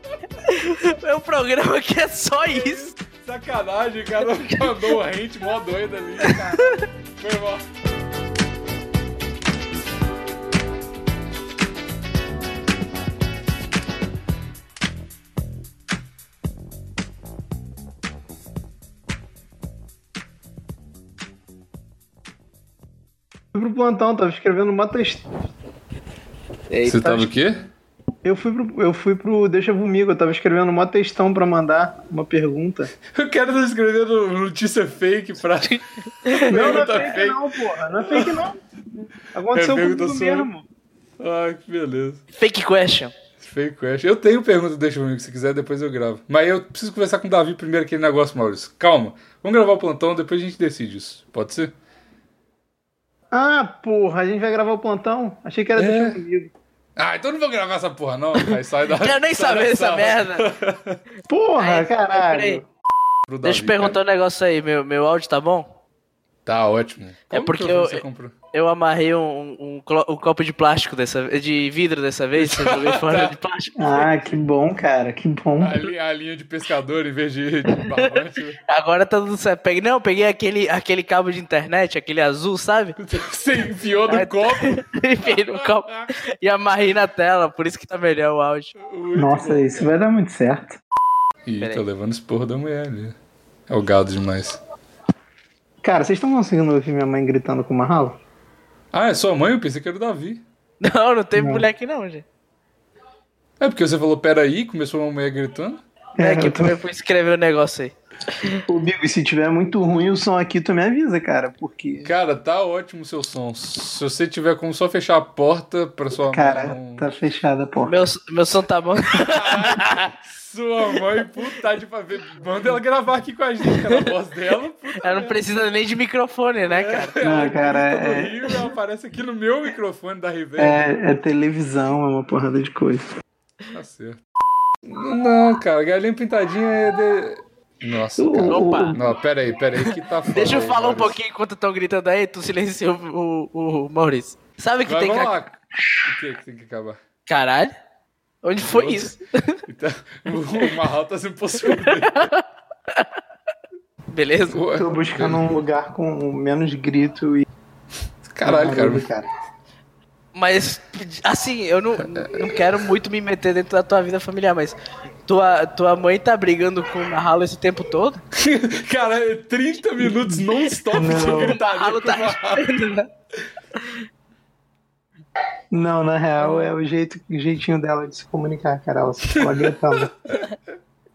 [SPEAKER 2] Meu programa aqui é só isso.
[SPEAKER 1] Sacanagem, cara. Mandou a gente mó doida ali, cara. Foi mal.
[SPEAKER 3] Fui pro plantão, tava escrevendo uma texta.
[SPEAKER 1] Você tava o quê?
[SPEAKER 3] Eu fui pro, eu fui pro Deixa Vomigo, eu tava escrevendo uma textão pra mandar uma pergunta.
[SPEAKER 1] O cara tá escrevendo notícia fake pra.
[SPEAKER 3] Não, não é
[SPEAKER 1] Pergunta
[SPEAKER 3] fake,
[SPEAKER 1] fake.
[SPEAKER 3] não, porra. Não é fake não. Aconteceu
[SPEAKER 1] É pergunta
[SPEAKER 3] comigo
[SPEAKER 1] sua.
[SPEAKER 3] mesmo.
[SPEAKER 1] Ah, que beleza.
[SPEAKER 2] Fake question.
[SPEAKER 1] Fake question. Eu tenho pergunta, deixa comigo, se quiser, depois eu gravo. Mas eu preciso conversar com o Davi primeiro aquele negócio, Maurício. Calma. Vamos gravar o plantão, depois a gente decide isso. Pode ser?
[SPEAKER 3] Ah, porra, a gente vai gravar o plantão? Achei que era
[SPEAKER 1] É.
[SPEAKER 3] Deixa Vomigo.
[SPEAKER 1] Ah, então não vou gravar essa porra, não. Aí sai da.
[SPEAKER 2] Quero nem
[SPEAKER 1] sai da
[SPEAKER 2] saber essa
[SPEAKER 1] sala
[SPEAKER 2] merda.
[SPEAKER 3] Porra,
[SPEAKER 2] Aí, peraí.
[SPEAKER 3] caralho.
[SPEAKER 1] pro Davi,
[SPEAKER 2] Deixa eu perguntar um negócio aí, meu, meu áudio tá bom?
[SPEAKER 1] cara. Tá ótimo. Como
[SPEAKER 2] É porque
[SPEAKER 1] que ouvi
[SPEAKER 2] eu-
[SPEAKER 1] Você comprou?
[SPEAKER 2] Eu amarrei um, um, clo- um copo de plástico dessa de vidro dessa vez, eu joguei fora de plástico.
[SPEAKER 3] Ah, que bom, cara, que bom.
[SPEAKER 1] A, li- a linha de pescador em vez de, de barbante.
[SPEAKER 2] Agora tá tudo certo. Peguei, não, peguei aquele, aquele cabo de internet, aquele azul, sabe?
[SPEAKER 1] Você enfiou no
[SPEAKER 2] Ah, tá.
[SPEAKER 1] copo.
[SPEAKER 2] Enfiei no copo e amarrei na tela, por isso que tá melhor o áudio.
[SPEAKER 3] Nossa, isso vai dar muito certo.
[SPEAKER 1] Ih, tô
[SPEAKER 2] Peraí.
[SPEAKER 1] levando esse porro da mulher ali. É o gado demais.
[SPEAKER 3] Cara, vocês estão conseguindo ouvir minha mãe gritando com o Mahalo?
[SPEAKER 1] Ah, é sua mãe? Eu pensei que era o Davi.
[SPEAKER 2] Não, não teve mulher aqui não, gente.
[SPEAKER 1] É porque você falou, peraí, começou uma mulher gritando.
[SPEAKER 2] É, que
[SPEAKER 3] eu
[SPEAKER 2] eu
[SPEAKER 3] tô-
[SPEAKER 2] fui escrever o negócio aí.
[SPEAKER 3] Ô, Bigo, se tiver muito ruim o som aqui, tu me avisa, cara, porque...
[SPEAKER 1] Cara, tá ótimo o seu som. Se você tiver como só fechar a porta pra sua
[SPEAKER 3] Cara,
[SPEAKER 1] mãe. não-
[SPEAKER 3] tá fechada a porta.
[SPEAKER 2] Meu, meu som tá bom.
[SPEAKER 1] Sua mãe, puta de fazer. Manda ela gravar aqui com a gente, cara. A voz dela, puta.
[SPEAKER 2] Ela não precisa nem de microfone, né, cara?
[SPEAKER 1] um
[SPEAKER 3] Não, cara,
[SPEAKER 1] Ela grita
[SPEAKER 3] é...
[SPEAKER 1] do Rio, ela aparece aqui no meu microfone da Ribeira.
[SPEAKER 3] É, é televisão, é uma porrada de coisa.
[SPEAKER 1] Tá certo. Não, cara, galinha pintadinha é de. Nossa,
[SPEAKER 3] O-
[SPEAKER 1] cara.
[SPEAKER 3] o-
[SPEAKER 2] Opa.
[SPEAKER 1] Não, pera aí, pera aí que tá foda.
[SPEAKER 2] Deixa eu
[SPEAKER 1] aí,
[SPEAKER 2] falar um
[SPEAKER 1] Maurício.
[SPEAKER 2] pouquinho enquanto estão gritando aí, tu silenciou o, o, o Maurício. Sabe que
[SPEAKER 1] Vai,
[SPEAKER 2] tem
[SPEAKER 1] vamos
[SPEAKER 2] que.
[SPEAKER 1] lá. O que que tem que acabar?
[SPEAKER 2] Caralho? Onde foi
[SPEAKER 1] Nossa.
[SPEAKER 2] isso?
[SPEAKER 1] Então, o Marral tá sendo possuído.
[SPEAKER 2] Beleza?
[SPEAKER 3] Tô buscando um lugar com menos grito e.
[SPEAKER 1] Caralho, cara.
[SPEAKER 3] barulho, cara.
[SPEAKER 2] Mas, assim, eu não, não quero muito me meter dentro da tua vida familiar, mas tua, tua mãe tá brigando com o Mahalo esse tempo todo?
[SPEAKER 1] Cara, é 30 minutos non-stop
[SPEAKER 3] Não.
[SPEAKER 1] de
[SPEAKER 2] O Mahalo
[SPEAKER 1] gritaria.
[SPEAKER 2] tá respondendo, né?
[SPEAKER 3] Não, na real, é o, jeito, o jeitinho dela de se comunicar, cara. Ela se ficou gritando.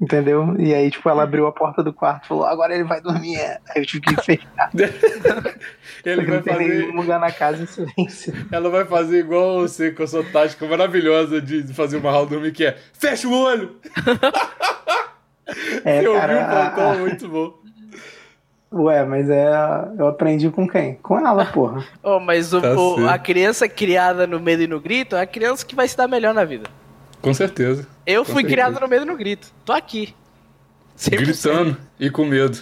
[SPEAKER 3] Entendeu? E aí, tipo, ela abriu a porta do quarto e falou: agora ele vai dormir. é. Aí eu tive que fechar,
[SPEAKER 1] Ele
[SPEAKER 3] porque
[SPEAKER 1] vai
[SPEAKER 3] não tem
[SPEAKER 1] fazer,
[SPEAKER 3] nenhum lugar na casa em silêncio.
[SPEAKER 1] ela vai fazer igual você com a sua tática maravilhosa de fazer o Marral dormir, que é fecha o olho!
[SPEAKER 3] É,
[SPEAKER 1] eu ouvi um
[SPEAKER 3] cara.
[SPEAKER 1] plantão
[SPEAKER 3] a-
[SPEAKER 1] muito bom.
[SPEAKER 3] a- Ué, mas é. Eu aprendi com quem? Com ela, porra.
[SPEAKER 2] Oh, mas o-
[SPEAKER 1] Tá
[SPEAKER 2] o-
[SPEAKER 1] certo.
[SPEAKER 2] a criança criada no medo e no grito é a criança que vai se dar melhor na vida.
[SPEAKER 1] Com certeza.
[SPEAKER 2] Eu
[SPEAKER 1] Com
[SPEAKER 2] fui
[SPEAKER 1] certeza.
[SPEAKER 2] criado no medo e no grito. Tô aqui. 100%.
[SPEAKER 1] Gritando e com medo.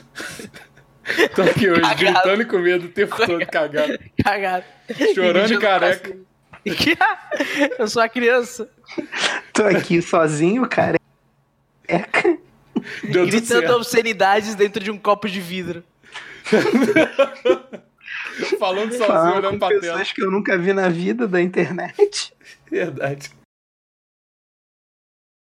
[SPEAKER 1] Tô aqui hoje,
[SPEAKER 2] Cagado.
[SPEAKER 1] gritando e com medo o tempo todo, cagado.
[SPEAKER 2] Cagado.
[SPEAKER 1] Chorando e
[SPEAKER 2] Pedindo
[SPEAKER 1] careca.
[SPEAKER 2] pra cima. Eu sou a criança.
[SPEAKER 3] Tô aqui sozinho, cara. É,
[SPEAKER 1] Deu tudo
[SPEAKER 2] gritando
[SPEAKER 1] certo.
[SPEAKER 2] obscenidades dentro de um copo de vidro.
[SPEAKER 1] Falando sozinho,
[SPEAKER 3] falando
[SPEAKER 1] olhando
[SPEAKER 3] com
[SPEAKER 1] pra tela.
[SPEAKER 3] pessoas que eu nunca vi na vida da internet.
[SPEAKER 1] Verdade.